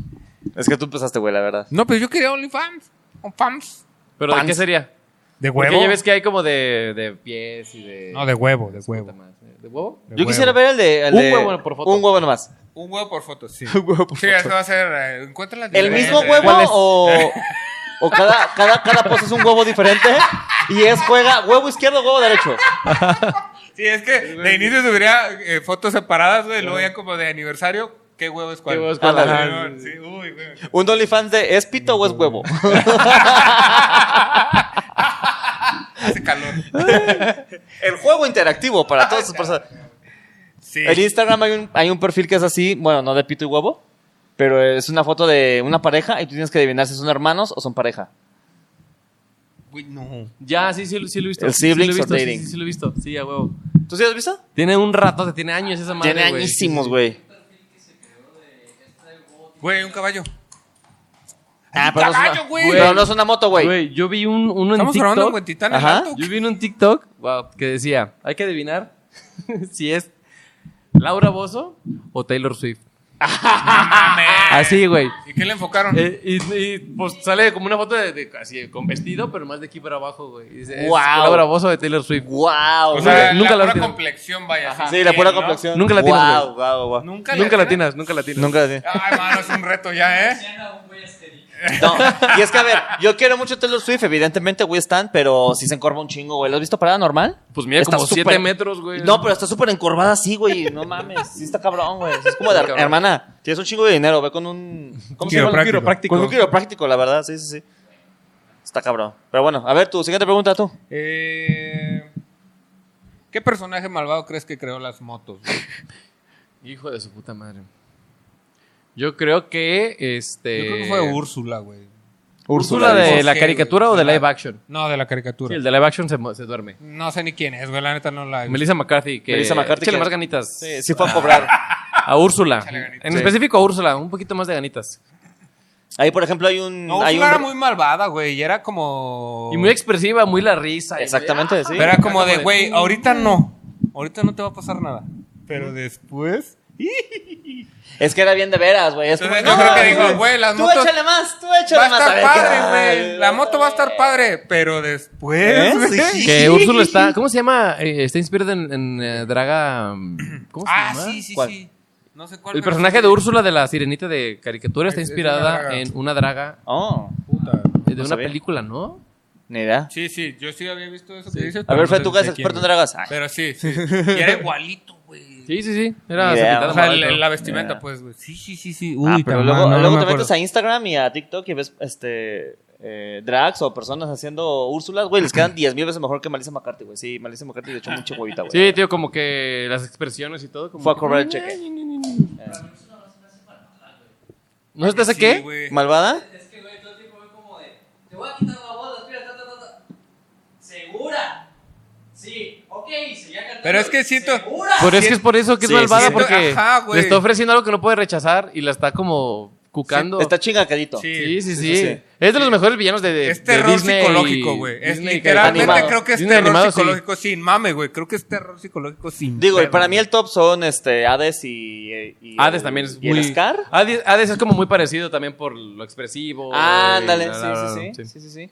S2: Es que tú empezaste, güey, la verdad.
S1: No, pero yo quería OnlyFans. O PAMS.
S3: ¿Pero de
S2: Pants.
S3: qué sería?
S1: ¿De
S3: Porque
S1: huevo?
S3: ya ves que hay como de, de pies y de.
S1: No, de huevo, de
S3: puta
S1: huevo.
S3: madre. ¿De huevo?
S1: De
S2: Yo quisiera
S1: huevo.
S2: ver el de. el
S3: Un
S2: de-
S3: huevo por foto.
S2: Un huevo nomás.
S1: Un huevo por foto, sí.
S2: Un huevo por
S1: Sí, eso va a ser. eh, encuentra las
S2: ¿El
S1: diferentes.
S2: mismo huevo
S3: ¿Cuál es?
S2: o.? O cada, cada, cada pose es un huevo diferente y es juega huevo izquierdo, huevo derecho.
S1: Sí, es que de inicio subiría eh, fotos separadas, güey. Luego ya como de aniversario. ¿Qué huevo es cuál?
S3: ¿Qué huevo es cuál?
S1: Ándale.
S3: Ajá,
S1: Sí, uy, güey.
S2: Un OnlyFans de ¿es pito o es huevo?
S1: Hace
S2: [laughs]
S1: calor.
S2: El juego interactivo para todas las personas.
S1: Sí.
S2: En Instagram hay un, hay un perfil que es así, bueno, no de pito y huevo, pero es una foto de una pareja y tú tienes que adivinar si son hermanos o son pareja.
S1: Güey, no.
S3: Ya, sí, sí, sí lo he visto.
S2: El
S3: sí, lo he
S2: siblings
S3: visto,
S2: or
S3: sí,
S2: dating.
S3: sí, sí lo he visto. Sí, a huevo.
S2: ¿Tú sí has visto?
S3: Tiene un rato, tiene años esa madre.
S2: Tiene
S3: güey.
S2: añísimos, güey.
S1: Güey, un caballo.
S2: Ah, pero,
S1: caballo,
S2: no es una,
S1: güey.
S2: pero no es una moto, güey.
S3: Güey, yo vi un, uno en
S1: Estamos
S3: TikTok.
S1: grabando en Titán
S2: Ajá.
S1: Ajá.
S3: Yo vi en un TikTok wow, que decía, hay que adivinar [laughs] si es Laura Bozo o Taylor Swift.
S2: Ah,
S3: Así, güey.
S1: Ah, ¿Y qué le enfocaron?
S3: Eh, y, y, pues sale como una foto de, de- así con vestido, pero más de aquí para abajo, güey. Y dice, es
S2: Wow.
S3: Laura Bozo de Taylor Swift.
S2: ¡Wow!
S1: o sea,
S3: nunca la
S1: la pura
S3: tiene.
S1: complexión, vaya. así
S2: sí, la
S1: bien,
S2: pura
S1: ¿no?
S2: complexión.
S3: Nunca la tienes,
S2: Guau, guau, guau.
S1: Nunca,
S3: Nunca
S1: la
S3: la tienes, nunca la tienes.
S2: Nunca la tienes.
S1: Ay, mano, es un reto ya, ¿eh?
S4: Luciana, un güey estéril.
S2: [laughs] No, y es que a ver, yo quiero mucho Taylor Swift, evidentemente, güey, están, pero sí se encorva un chingo, güey. ¿Lo has visto parada normal?
S3: Pues mide
S2: Está
S3: como
S2: súper-
S3: 7 metros, güey.
S2: No, pero está súper encorvada así, güey. No mames, sí está cabrón, güey. Es como de,
S3: Está cabrón.
S2: hermana, tienes un chingo de dinero, ve con un... ¿Cómo se llama?
S1: Quiropráctico.
S2: Con un quiropráctico, la verdad, sí, sí, sí. Está cabrón. Pero bueno, a ver, tu siguiente pregunta, tú.
S1: Eh, ¿Qué personaje malvado crees que creó las motos? güey?
S3: Hijo de su puta madre. Yo creo que este.
S1: Yo creo que fue Úrsula, güey.
S3: Úrsula
S1: ¿Por
S3: de
S1: qué,
S3: la
S1: güey?
S3: caricatura o de live action.
S1: No, de la caricatura.
S3: Sí, el de live action se, mu- se duerme.
S1: No sé ni quién es, güey. La neta no la.
S3: Melissa McCarthy. Que,
S2: Melissa McCarthy
S3: échale
S2: que-
S3: más ganitas.
S2: Sí, sí fue a cobrar.
S3: A Úrsula.
S1: Échale ganitas.
S3: En
S2: Sí.
S3: específico a Úrsula. Un poquito más de ganitas.
S2: Ahí, por ejemplo, hay un.
S1: No,
S2: hay
S1: Úrsula
S2: un-
S1: era muy malvada, güey. Y era como.
S3: Y muy expresiva, muy la risa. y muy-
S2: Oh. Exactamente, sí.
S1: Pero era como de,
S3: como de-
S1: güey, ahorita no. Ahorita no te va a pasar nada. Pero después.
S2: Es que era bien de veras, güey. Es como,
S1: Entonces, yo creo que dijo, güey, las
S2: Tú
S1: motos-
S2: échale más, tú échale
S1: Va a
S2: más.
S1: estar
S2: ver,
S1: padre,
S2: ¿qué?
S1: güey. La moto va a estar padre. Pero después.
S2: ¿Eh?
S1: güey.
S2: Sí.
S3: Que Úrsula está. ¿Cómo se llama? Eh, está inspirada en, en, eh, Draga. mm, ¿Cómo se
S1: Ah,
S3: llama?
S1: sí, sí,
S2: ¿Cuál?
S1: sí. No sé cuál.
S3: El
S1: pero
S3: personaje
S1: sí.
S3: de Úrsula de la sirenita de caricatura está
S1: Es- es una
S3: inspirada
S1: draga.
S3: en una draga
S2: Oh,
S1: Puta.
S3: de
S2: No
S3: una
S2: sabía.
S3: película, ¿no?
S2: ni idea.
S1: Sí, sí, yo sí había visto eso que dices.
S2: A
S1: pero no
S2: ver, Fred,
S1: sé
S2: tú
S1: de
S2: que eres
S1: quién,
S2: experto en
S1: güey.
S2: dragas. Ay,
S1: Pero sí, sí. Y era igualito, güey.
S3: Sí, sí, sí. Era
S1: O
S2: Ni idea,
S3: Cepita de
S1: sea,
S3: Moral,
S1: la,
S3: todo.
S1: la vestimenta,
S2: Ya.
S1: pues, güey. Sí, sí, sí, sí.
S2: ah,
S1: Uy,
S2: pero
S1: cabrón,
S2: luego,
S1: no, no
S2: luego
S1: me
S2: te metes
S1: acuerdo.
S2: a Instagram y a TikTok y ves este, eh, drags o personas haciendo Úrsulas, güey.
S1: [laughs]
S2: Les quedan 10 mil veces mejor que Melissa McCarthy, güey. Sí, Melissa McCarthy le echó mucha huevita, güey.
S3: Sí, tío, como que las expresiones y todo. Como
S2: Fue a
S3: que-
S2: cobrar el cheque.
S3: ¿No estás a
S1: Sí,
S3: qué?
S1: güey.
S2: ¿Malvada?
S4: Es que, güey, todo el tiempo voy como de. Te voy a quitar la bola, mira, ta, ta, ta, ta. ¿Segura? Sí, ok, y seguía cantando.
S1: Pero es que siento- Pues
S4: ¿Segura?
S3: Por es que es por eso que es
S2: Sí,
S3: malvada,
S2: sí.
S3: porque
S1: Ajá, güey.
S3: le está ofreciendo algo que no puede rechazar y la está como cucando. Sí,
S2: Está chingacadito.
S1: Sí.
S3: sí, sí,
S2: sí, sí.
S3: Es de los mejores villanos de, de
S1: Es terror
S3: Disney y-
S1: psicológico, güey. Es
S3: Disney y
S1: literalmente
S3: animado.
S1: creo que es
S3: Disney
S1: terror
S3: animado, sí.
S1: psicológico sin mame, güey. Creo que es terror psicológico sin
S2: Digo, y
S1: pedo,
S2: para mí
S1: güey.
S2: el top son este, Hades y. eh, y
S3: Hades también es
S2: y
S3: muy...
S2: el Scar.
S3: Hades, Hades es como muy parecido también por lo expresivo.
S2: Ah,
S3: y
S2: ándale,
S3: la-
S2: sí,
S3: la-
S2: sí, sí, sí, sí, sí.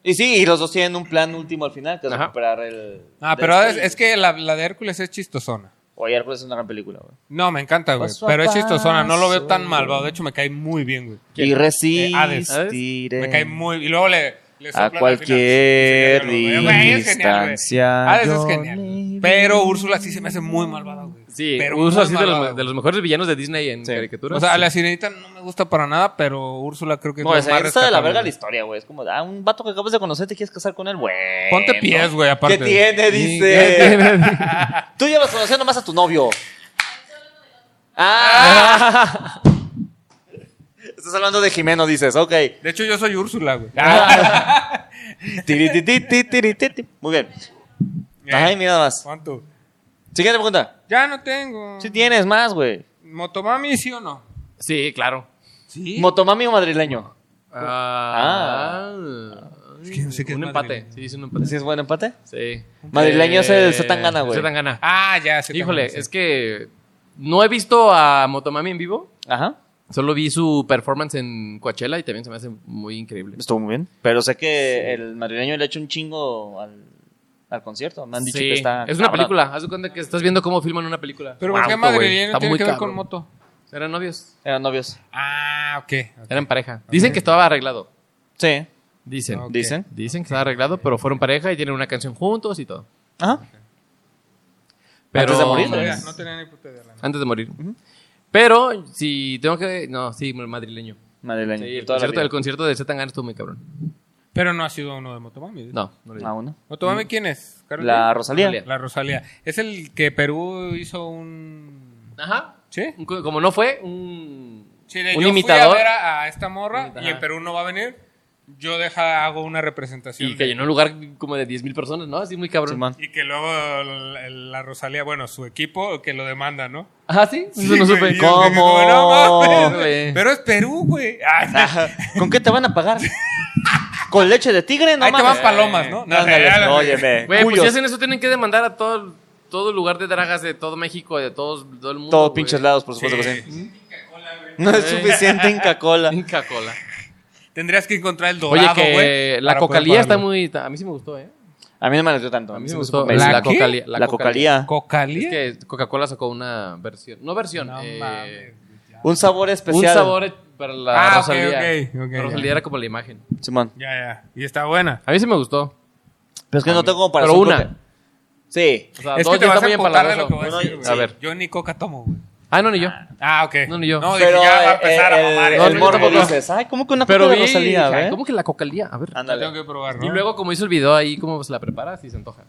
S2: Y sí, y los dos tienen un plan último al final, que es
S3: Ajá.
S2: recuperar el...
S1: Ah, pero
S2: de
S1: es,
S2: este.
S1: es que la, la de Hércules es chistosona.
S2: Oye, Hércules es una gran película, güey.
S1: No, me encanta, güey.
S2: Paso a
S1: Pero es chistosona. No lo veo
S2: paso.
S1: tan malvado. De hecho, me cae muy bien, güey.
S2: Y
S1: Eh, Hades.
S2: resistiré
S1: Me cae muy. Y luego le. le soplan
S2: a
S1: al final.
S2: cualquier
S1: Sí, señor, güey, es genial, güey.
S2: distancia.
S1: Hades es
S2: yo
S1: genial.
S2: me
S1: Pero
S2: vi.
S1: Úrsula sí se me hace muy malvada, güey.
S3: Sí,
S1: pero
S3: Úrsula
S1: muy
S3: sí es de los,
S1: malvada,
S3: de los mejores villanos de Disney en
S2: Sí.
S3: caricaturas.
S1: O sea,
S3: Sí.
S1: la sirenita no me gusta para nada, pero Úrsula creo que es
S2: No,
S1: la
S2: esa
S1: más
S2: está de la
S1: rescatable,
S2: verga la
S1: güey.
S2: historia, güey. Es como, ah, un vato que acabas de conocer, te quieres casar con él, güey.
S1: Ponte pies, güey, aparte.
S2: ¿Qué tiene?
S3: ¿Qué
S2: Dice.
S3: tiene?
S2: [laughs] Tú llevas conociendo más a tu novio. Ah.
S1: [laughs]
S2: Estás hablando de Jimeno, dices, ok.
S1: De hecho, yo soy Úrsula, güey.
S2: Tiritititi, tirititi. Muy bien. Ay, mira nada más.
S1: ¿Cuánto?
S2: Siguiente pregunta.
S1: Ya no tengo.
S3: Ah.
S2: Si tienes más, güey.
S1: ¿Motomami sí o no?
S3: Sí, claro.
S1: Sí.
S2: Motomami o madrileño.
S3: Ah.
S1: Es que no sé qué
S3: un
S1: es
S3: empate.
S1: madrileño.
S3: Sí, es un empate.
S2: ¿Sí es buen empate?
S3: Sí.
S2: Madrileño es el
S3: Eh,
S2: Zetangana, güey.
S3: el Zetangana.
S1: ah, ya. sé
S3: Híjole,
S1: también, sí.
S3: es que no he visto a Motomami en vivo.
S2: Ajá.
S3: Solo vi su performance en Coachella y también se me hace muy increíble.
S2: Estuvo muy bien. Pero sé que el madrileño le ha hecho un chingo al, al concierto. Me han dicho
S3: Sí,
S2: que está.
S3: es una
S2: cabrón.
S3: película. Haz de cuenta que estás viendo cómo filman una película.
S1: Pero ¿por qué
S3: Auto, güey.
S1: madrileño
S3: Está
S1: tiene
S3: muy
S1: que ver
S3: cabrón.
S1: con moto?
S3: Eran novios.
S2: Eran Eh, novios.
S1: Ah, ok. ok.
S3: Eran pareja. Dicen que estaba arreglado.
S2: Sí.
S3: Dicen.
S1: Ok.
S2: Dicen.
S3: Dicen que estaba arreglado, pero fueron pareja y tienen una canción juntos y todo.
S2: Ajá.
S3: Pero,
S2: Antes de morir,
S1: No sabía,
S2: Pues-
S1: No tenía ni puta idea. la neta.
S3: Antes de morir. Pero si tengo que... No, sí, madrileño.
S2: Madrileño.
S3: Sí, el,
S2: Toda la
S3: concierto,
S2: vida.
S3: el concierto de Zetangana estuvo muy cabrón.
S1: Pero no ha sido uno de Motomami. ¿eh?
S3: No, no lo digo.
S2: Ah, bueno.
S1: ¿Motomami quién es? ¿Carol
S2: La
S1: G?
S2: Rosalía.
S3: Rosalía.
S1: La Rosalía. Es el que Perú hizo un...
S3: Ajá.
S1: ¿Sí?
S3: Un co- Como no fue, un,
S1: Sí, de
S3: un
S1: yo
S3: imitador.
S1: fui a ver a, a esta morra
S3: Ajá.
S1: y en Perú no va a venir. Yo deja, hago una representación.
S3: Y que
S1: de-
S3: llenó un lugar como de 10.000 personas, ¿no? Así muy cabrón.
S2: Simón.
S1: y que luego la, la Rosalía, bueno, su equipo, que lo demanda, ¿no?
S3: Ajá, sí. Eso no
S1: Sí,
S3: supe.
S1: güey, y yo
S2: ¿Cómo?
S1: dije, "No
S3: [laughs]
S1: mames, güey".
S3: Güey.
S1: Pero es Perú, güey. Ah,
S2: [laughs] ¿Con qué te van a pagar? ¿Con leche de tigre? No
S1: Ahí te van
S2: mames.
S1: palomas, ¿no? No,
S2: Ándale,
S1: no, no, no.
S2: óyeme.
S3: Güey, pues si
S2: cuyos.
S3: hacen eso tienen que demandar a todo, todo lugar de dragas de todo México, de todos, todo el mundo.
S2: Todos
S3: güey.
S2: pinches lados, por supuesto
S1: Sí.
S2: que sí. No es
S3: [laughs]
S2: suficiente Inca Cola.
S3: Inca Cola.
S1: Tendrías que encontrar el
S3: Oye,
S1: dorado, güey.
S3: que la
S1: para poder
S3: cocalía está
S1: pagarlo.
S3: muy... A mí sí me gustó, ¿eh?
S2: A mí no me latió tanto.
S3: A mí
S2: se
S3: sí me
S2: hizo
S3: gustó.
S2: como-
S1: ¿La
S2: La,
S1: qué?
S3: cocalía.
S2: la cocalía.
S1: ¿Cocalía?
S3: Es que Coca-Cola sacó una versión. No versión.
S1: No
S3: eh,
S1: mames.
S2: Un sabor
S3: un
S2: especial.
S3: sabor para la
S1: Ah, ok,
S3: Rosalía.
S1: ok, ok,
S3: La Rosalía
S1: ya.
S3: era como la imagen.
S2: Simón.
S1: Ya, ya. Y está buena.
S3: A mí sí me gustó.
S2: Pero es que no tengo comparación.
S3: Pero
S2: con-
S3: una.
S2: Sí.
S3: O sea,
S1: es
S3: dos
S1: que te
S3: ya
S1: vas
S3: está
S1: a
S3: muy
S1: emputar de lo que voy a
S3: empalagoso.
S1: decir, güey.
S3: A ver.
S1: Yo ni coca tomo, güey.
S3: Ah, no, ni yo.
S1: Ah, ok.
S3: No, ni yo.
S1: No, dije,
S2: Pero
S1: ya va a
S2: eh,
S1: empezar a mamar.
S2: el,
S3: No,
S1: este
S2: el
S3: no,
S2: morbo
S3: no, no.
S2: dices, ay, ¿cómo que una
S3: Pero
S2: coca
S3: vi...
S2: de Rosalía, eh?"
S3: dije,
S2: ve?
S3: ¿Cómo que la cocalía? A ver.
S1: Tengo
S2: Ándale.
S1: que probar, ¿no?
S3: Y luego, como hizo el video ahí, cómo se la prepara, si se antoja.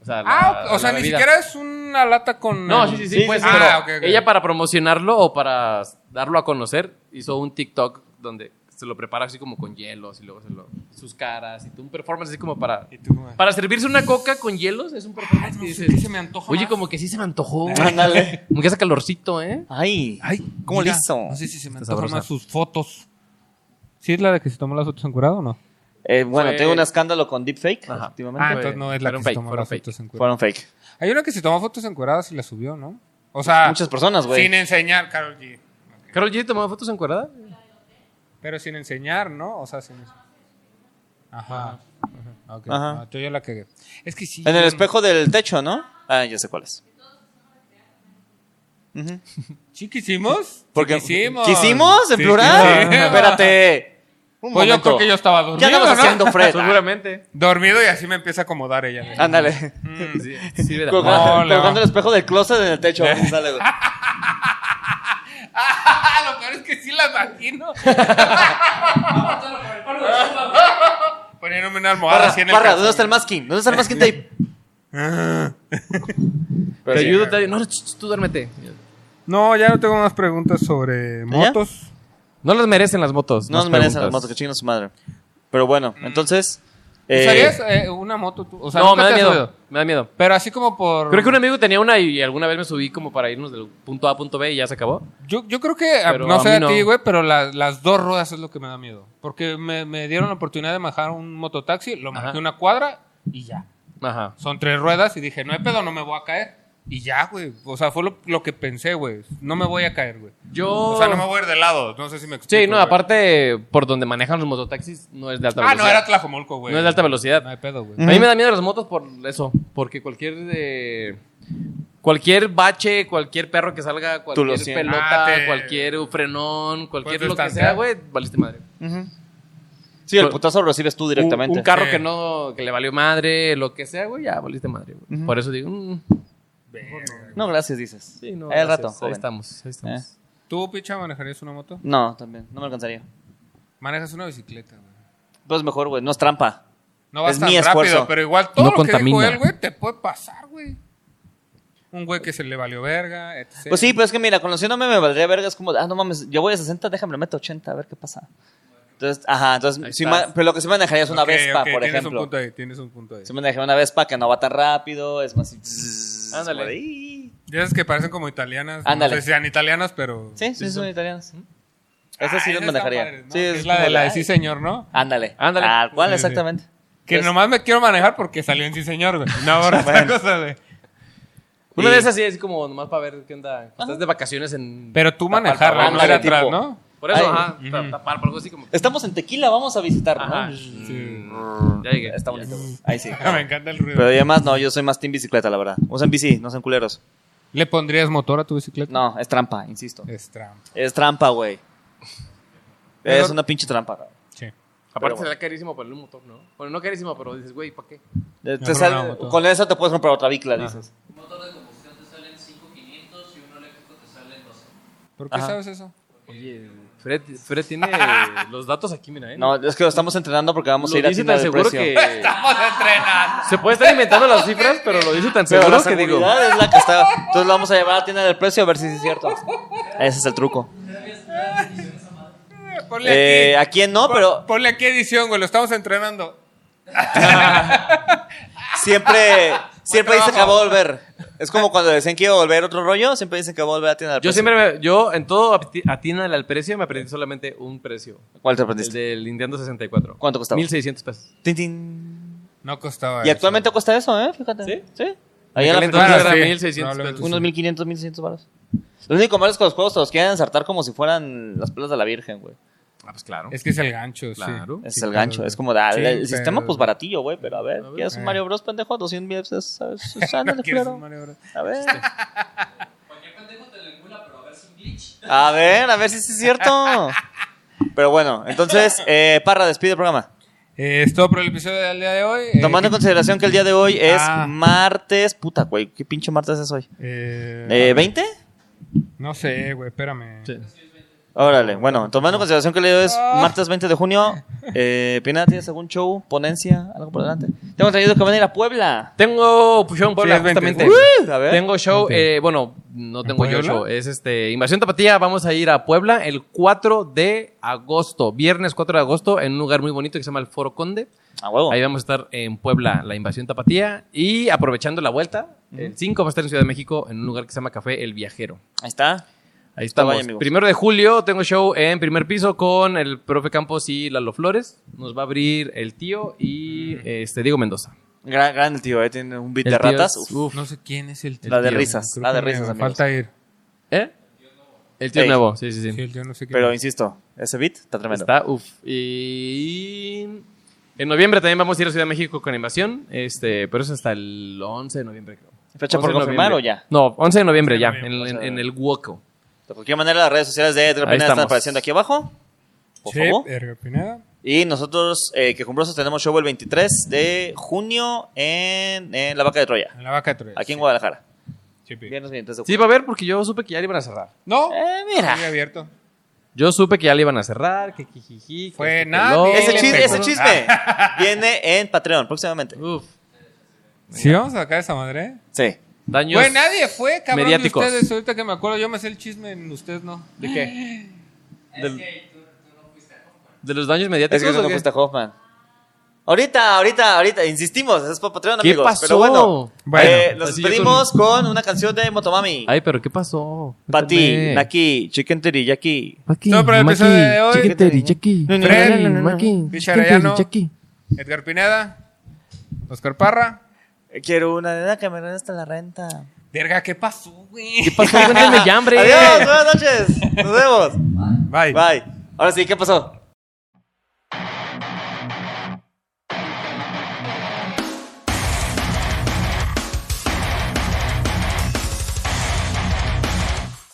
S3: O sea,
S1: Ah,
S3: la-
S1: o sea,
S3: la
S1: ni
S3: bebida.
S1: siquiera es una lata con.
S3: No,
S1: el-
S3: sí, sí, sí,
S2: Sí,
S3: pues,
S2: sí,
S1: sí.
S3: pero
S1: Ah, ok, ok.
S3: ella para promocionarlo o para darlo a conocer hizo un TikTok donde se lo prepara así como con hielos y luego se lo sus caras y tú un performance así como para
S1: Y tú, güey.
S3: para servirse una coca con hielos es un performance
S1: no
S3: que
S1: sé,
S3: dices,
S1: ¿qué se me antoja
S3: Oye,
S1: más?"
S3: como que sí se me antojó.
S2: Ándale.
S3: Como que hace calorcito, ¿eh?
S2: Ay.
S1: [laughs] Ay,
S2: ¿Cómo
S1: mira,
S2: le hizo?
S1: No sé si se me
S3: Está
S1: antojan
S3: sabrosa.
S1: más sus fotos. ¿Sí es la de que se tomó las fotos en curado o no?
S2: Eh, bueno,
S3: Fue-
S2: tengo un escándalo con deepfake.
S3: Ajá.
S2: Últimamente.
S1: Ah,
S3: Fue-
S1: entonces no es la
S3: fueron
S1: que
S3: fake,
S1: se tomó
S3: fueron
S1: las
S3: fake.
S1: fotos en curado.
S2: Fueron fake.
S1: Hay una que se tomó fotos encueradas y la subió, ¿no? O sea,
S2: Muchas personas, güey.
S1: Ah, sin enseñar, Carol G.
S3: Carol G tomaba fotos encuadradas.
S1: Pero sin enseñar, ¿no? O sea, sin. Ajá. Ajá. Ok.
S2: Ajá.
S1: No, yo ya la cagué. Es que sí.
S2: En el
S1: yo-
S2: espejo del techo, ¿no? Ah, ya sé cuál es. Ujú.
S1: ¿Sí quisimos?
S2: Porque
S1: quisimos.
S2: ¿Quisimos? ¿En
S1: Sí,
S2: plural?
S1: quisimos.
S2: [laughs] Espérate. Un
S1: Pues yo
S2: momento.
S1: creo que yo estaba dormido.
S2: ¿Qué andabas
S1: ¿no?
S2: haciendo,
S1: [laughs]
S2: Fred?
S3: Seguramente.
S1: Dormido y así me empieza a acomodar ella. [laughs]
S2: Ándale.
S1: Mm.
S3: Sí, sirve de
S1: Coca-
S2: [laughs]
S3: amor.
S2: Colgando,
S1: Hola.
S2: colgando el espejo del closet en
S1: [laughs]
S2: el techo. Ándale, güey.
S1: Ah, [laughs] lo peor es que sí la imagino. Poniéndome una almohada
S2: Parra,
S1: así en el
S2: Parra,
S1: calzón.
S2: ¿dónde está el masking? ¿Dónde
S1: [laughs]
S2: está el masking tape?
S3: Te
S2: Pero sí.
S3: ayudo, te ayudo. No, ch, ch, tú duérmete.
S1: No, ya no tengo más preguntas sobre motos.
S3: No las merecen las motos.
S2: No
S3: las
S2: nos merecen las
S3: preguntas.
S2: motos, que chinguen a su madre. Pero bueno,
S1: Mm.
S2: entonces. eh,
S1: ¿Usarías eh, una moto tú? O sea,
S3: No,
S1: nunca
S3: me da
S1: te has
S3: miedo.
S1: subido.
S3: Me da miedo.
S1: Pero así como por...
S3: Creo que un amigo tenía una y alguna vez me subí como para irnos del punto A a punto B y ya se acabó.
S1: yo, yo creo que, ah,
S3: Pero
S1: no
S3: a
S1: sé
S3: mí
S1: a
S3: no.
S1: ti, güey, pero la- las dos ruedas es lo que me da miedo. Porque me, me dieron la oportunidad de manejar un mototaxi, lo
S3: Ajá.
S1: manejé una cuadra y ya.
S3: Ajá.
S1: Son tres ruedas y dije, no hay pedo, no me voy a caer. Y ya, güey. O sea, fue lo, lo que pensé, güey. No me voy a caer, güey.
S3: Yo.
S1: O sea, no me voy a ir de lado. No sé si me explico.
S3: Sí, no,
S1: güey.
S3: aparte, por donde manejan los mototaxis no es de alta
S1: Ah,
S3: velocidad.
S1: no, era Tlajomolco, güey.
S3: No es de alta
S1: No
S3: velocidad.
S1: hay pedo,
S2: Mm.
S1: güey.
S3: A mí me da miedo las motos por eso, porque cualquier eh, cualquier bache, cualquier perro que salga,
S2: lo
S3: cualquier
S2: sientes.
S3: pelota,
S1: Ah, te-
S3: cualquier frenón, cualquier
S1: Puedes
S3: lo que
S1: distanciar.
S3: sea, güey, valiste madre.
S2: ujú. Sí, el putazo lo recibes tú directamente.
S3: Un, un carro
S1: Sí.
S3: que no que le valió madre, lo que sea, güey, ya valiste madre, güey. Por eso digo, mm,
S2: No, gracias, dices.
S3: sí, no.
S2: Ahí al
S3: gracias,
S2: rato.
S3: Ahí
S2: joven.
S3: estamos, ahí estamos.
S2: Eh.
S1: ¿Tú, picha, manejarías una moto?
S2: No, también. No me alcanzaría.
S1: Manejas una bicicleta, güey.
S2: Pues mejor, güey. No es trampa.
S1: No vas
S2: Es
S1: tan
S2: mi
S1: rápido,
S2: esfuerzo.
S1: pero igual todo
S3: No
S1: lo que
S3: contamina.
S1: dijo él, güey, te puede pasar, güey. Un güey que se le valió verga, etc.
S2: Pues sí, pero es que mira, conociéndome me valdría verga. Es como, ah, no mames, yo voy a 60, déjame, le meto 80, a ver qué pasa. Entonces, ajá,
S3: Ahí
S2: entonces, sí
S3: estás.
S2: ma- pero lo que sí manejaría es una
S1: Ok,
S2: Vespa,
S1: ok,
S2: por
S1: tienes
S2: ejemplo.
S1: Un punto ahí, tienes un punto ahí.
S2: Sí manejaría una Vespa que no va tan rápido, es más. así-
S3: Ándale.
S2: Sí,
S1: De esas que parecen como italianas.
S2: Ándale.
S1: No sé si sean italianas, pero.
S2: sí, sí, son italianas. Esa
S1: Ah, esas
S2: sí las
S1: están
S2: manejaría.
S1: padres, ¿no?
S2: Sí,
S1: Que es la de
S2: como
S1: la de
S2: ay,
S1: sí, señor, ¿no?
S2: Ándale.
S3: Ándale.
S2: Tal cual,
S1: Sí, sí.
S2: exactamente.
S1: Que
S2: Es-
S1: nomás me quiero manejar porque salió en sí, señor, güey. No,
S2: [laughs]
S1: ahora otra cosa, güey.
S3: Una
S2: Y-
S3: de esas sí es como nomás para ver qué onda. Estás de vacaciones en
S1: Pero tú
S3: Tapalpa,
S1: manejarla, no
S2: ándale,
S1: ir
S2: tipo.
S1: atrás, ¿no? [laughs]
S3: Por eso,
S2: Ay.
S3: ajá, ta- tapar por algo así como.
S2: Estamos en Tequila, vamos a visitar. ¿no?
S3: Ajá. Mm,
S1: Sí.
S3: Ya llegué.
S2: Está bonito. Ahí sí.
S1: Me encanta el ruido.
S2: Pero además, no, yo soy más team bicicleta, la verdad. Usen bici, no sean culeros.
S1: ¿Le pondrías motor a tu bicicleta?
S2: No, es trampa, insisto.
S1: Es trampa.
S2: Es trampa, güey. Es
S1: Mejor-
S2: una pinche trampa. güey.
S1: Sí.
S3: Aparte
S2: bueno.
S3: será carísimo ponerle un motor, ¿no? Bueno, no carísimo, pero dices, güey, ¿para qué?
S2: Te
S1: Mejor
S2: sale-
S1: una moto.
S2: con eso te puedes comprar otra bicla, dices.
S4: Un motor de combustión te salen 5,500 y uno eléctrico te salen 12.
S1: ¿Por qué
S2: Ajá.
S1: sabes eso?
S3: Oye, Fred, Fred
S2: [laughs]
S3: tiene los datos aquí, mira, ¿eh?
S2: No, es que lo estamos entrenando porque vamos
S3: lo
S2: a ir a
S3: dice tan
S2: tienda de
S3: seguro
S2: precio.
S3: que.
S1: Vamos a entrenar.
S3: Se puede estar inventando las cifras, pero lo dice tan
S2: Pero
S3: seguro
S2: la
S3: que digo.
S2: seguridad es la que está. Entonces lo vamos a llevar a tienda del precio a ver si sí es cierto. Ese es el truco.
S1: [laughs] Ponle
S2: Eh,
S1: aquí.
S2: ¿A quién no?
S1: Pon-
S2: Pero
S1: Ponle aquí edición, güey. Lo estamos entrenando. [laughs]
S2: siempre, siempre dicen que va a
S1: trabajo.
S2: volver. Es como cuando decían que iba a volver otro rollo, siempre dicen que va a volver a tienda del
S3: Yo
S2: precio.
S3: siempre me, yo en todo ati- atínale al precio me aprendí solamente un precio.
S2: ¿Cuál te
S3: El
S2: aprendiste?
S3: del Nintendo 64.
S2: ¿Cuánto costaba?
S3: 1600 pesos.
S2: Tin, tin.
S1: No costaba.
S2: Y actualmente cuesta eso, ¿eh? Fíjate.
S3: ¿Sí?
S2: Sí. Ahí en la
S3: Entonces
S1: Bueno,
S2: frecuencia,
S3: era
S1: sí,
S3: 1600
S1: probablemente
S3: pesos.
S2: unos
S1: sí.
S2: 1500, 1600 baros. Lo único malo es que los juegos te los quieren ensartar como si fueran las pelas de la Virgen, güey.
S3: Ah, pues claro.
S1: Es que es el gancho,
S3: Claro.
S1: sí.
S2: Ese es
S1: Sí,
S2: el
S1: claro,
S2: gancho.
S1: güey.
S2: Es como, da,
S1: Sí,
S2: el
S1: pero-
S2: sistema,
S1: [laughs]
S2: pues baratillo, güey. Pero a ver,
S3: ver.
S2: ¿quieres un
S1: Eh.
S2: Mario Bros, pendejo? 200 mil pues, veces, ¿sabes?
S1: [laughs]
S2: Ándale,
S1: ¿Quieres un
S2: culero.
S1: Mario Bros?
S2: A ver.
S4: Cualquier pendejo te lo engula, pero a ver sin glitch.
S2: A ver, a ver si sí es cierto. Pero bueno, entonces, eh, Parra, despide el programa.
S1: Eh, es todo por el episodio del día de hoy. Eh,
S2: Tomando en consideración que el día de hoy es
S1: Ah.
S2: martes. Puta, güey, ¿qué pinche martes es hoy?
S1: eh,
S2: Eh, ¿20?
S1: No sé, güey, espérame.
S3: Sí.
S2: Órale, bueno, tomando en consideración que el día de hoy es
S3: Ah.
S2: martes 20 de junio, eh, Pina, ¿tienes algún show, ponencia, algo por delante? Tengo entendido que van a ir a Puebla.
S3: Tengo show en Puebla,
S1: es 20.
S3: justamente.
S2: Uh, a ver.
S3: Tengo show,
S1: Ok.
S3: eh, bueno, no tengo yo
S1: Puebla?
S3: show. Es este, Invasión Tapatía. Vamos a ir a Puebla el 4 de agosto, viernes 4 de agosto, en un lugar muy bonito que se llama el Foro Conde.
S2: A Ah, huevo.
S3: Ahí vamos a estar en Puebla, la Invasión Tapatía. Y aprovechando la vuelta, el 5 va a estar en Ciudad de México, en un lugar que se llama Café El Viajero.
S2: Ahí está.
S3: Ahí
S2: Está
S3: estamos.
S2: guay, amigos.
S3: Primero de julio tengo show en primer piso con el profe Campos y Lalo Flores. Nos va a abrir el tío y este Diego Mendoza.
S2: Gran, gran el tío, ¿eh? tiene un beat
S3: El
S2: de
S3: tío
S2: ratas.
S3: es-
S2: Uf.
S3: uf.
S1: No sé quién es el tío.
S2: La de
S1: Creo
S2: risas,
S1: que
S2: la de
S1: me-
S2: risas,
S1: me
S2: amigos.
S1: falta ir.
S3: ¿Eh? El tío
S2: Ey.
S3: nuevo, sí, sí, sí.
S1: Sí, yo no sé quién
S2: Pero
S1: es.
S2: insisto, ese beat está tremendo.
S3: Está, uff. Y en noviembre también vamos a ir a Ciudad de México con Invasión, este, pero eso hasta el 11 de noviembre creo.
S2: ¿Fecha
S3: 11
S2: por
S3: de
S2: confirmar
S3: noviembre.
S2: o ya?
S3: No, 11 de noviembre ya, en,
S2: noviembre,
S3: en-
S2: o sea,
S3: en el Huoco.
S2: De cualquier manera, las redes sociales de Edgar
S3: Ahí
S2: Pineda están
S3: estamos.
S2: apareciendo aquí abajo. Por
S1: Sí,
S2: favor.
S1: Edgar Pineda.
S2: Y nosotros, eh, quejumbrosos, tenemos show el 23 de junio en, en La Vaca de Troya,
S1: En la vaca de Troya.
S2: aquí en Guadalajara.
S1: Sí, pi.
S2: Viernes 23 de
S3: Sí,
S2: junio.
S3: va a haber porque yo supe que ya le iban a cerrar.
S1: No,
S2: Eh, mira.
S1: sigue abierto.
S3: Yo supe que ya le iban a cerrar, que jijiji. que
S1: Fue
S3: esto, que
S1: nada,
S3: lo
S1: ni-
S2: Ese
S1: Bien,
S2: chisme,
S1: bien,
S2: ese
S1: bien.
S3: [laughs]
S2: chisme viene en Patreon próximamente.
S3: otro. Uf.
S1: ¿Sí vamos a sacar esa madre?
S2: Sí.
S3: Daños.
S1: Güey, nadie fue, cabrón,
S3: mediáticos.
S1: de ustedes. Ahorita que me acuerdo, yo me sé el chisme en ustedes, ¿no?
S2: ¿De qué?
S3: De los daños
S2: Es
S3: mediáticos.
S2: que
S3: ¿o
S2: no
S3: qué?
S2: fuiste a Hoffman. Ahorita, ahorita, ahorita, insistimos, es por Patreon,
S3: ¿Qué
S2: amigos.
S3: pasó?
S2: Pero bueno,
S1: Bueno,
S2: eh, nos
S3: así yo
S2: despedimos con... una canción de Motomami.
S3: Ay, pero ¿qué pasó?
S2: Pati,
S3: Cuéntame.
S2: Naki, Chicken Teriyaki.
S3: Maki,
S1: Todo para el
S3: Maki,
S1: episodio de hoy.
S3: chicken teri, chiqui.
S2: No, no,
S1: no, no,
S3: Maki,
S1: no, no, no.
S3: Maki,
S1: Bicho
S3: chicken teri,
S1: Arellano.
S3: chiqui.
S1: Edgar Pineda, Oscar Parra.
S2: Quiero una nena que me den hasta la renta.
S1: Verga, ¿qué pasó, güey?
S3: ¿Qué
S1: [laughs]
S3: pasó? Cuéntame ya, hombre.
S2: Adiós, buenas noches. Nos vemos.
S1: Bye.
S2: Bye. Ahora sí, ¿qué pasó?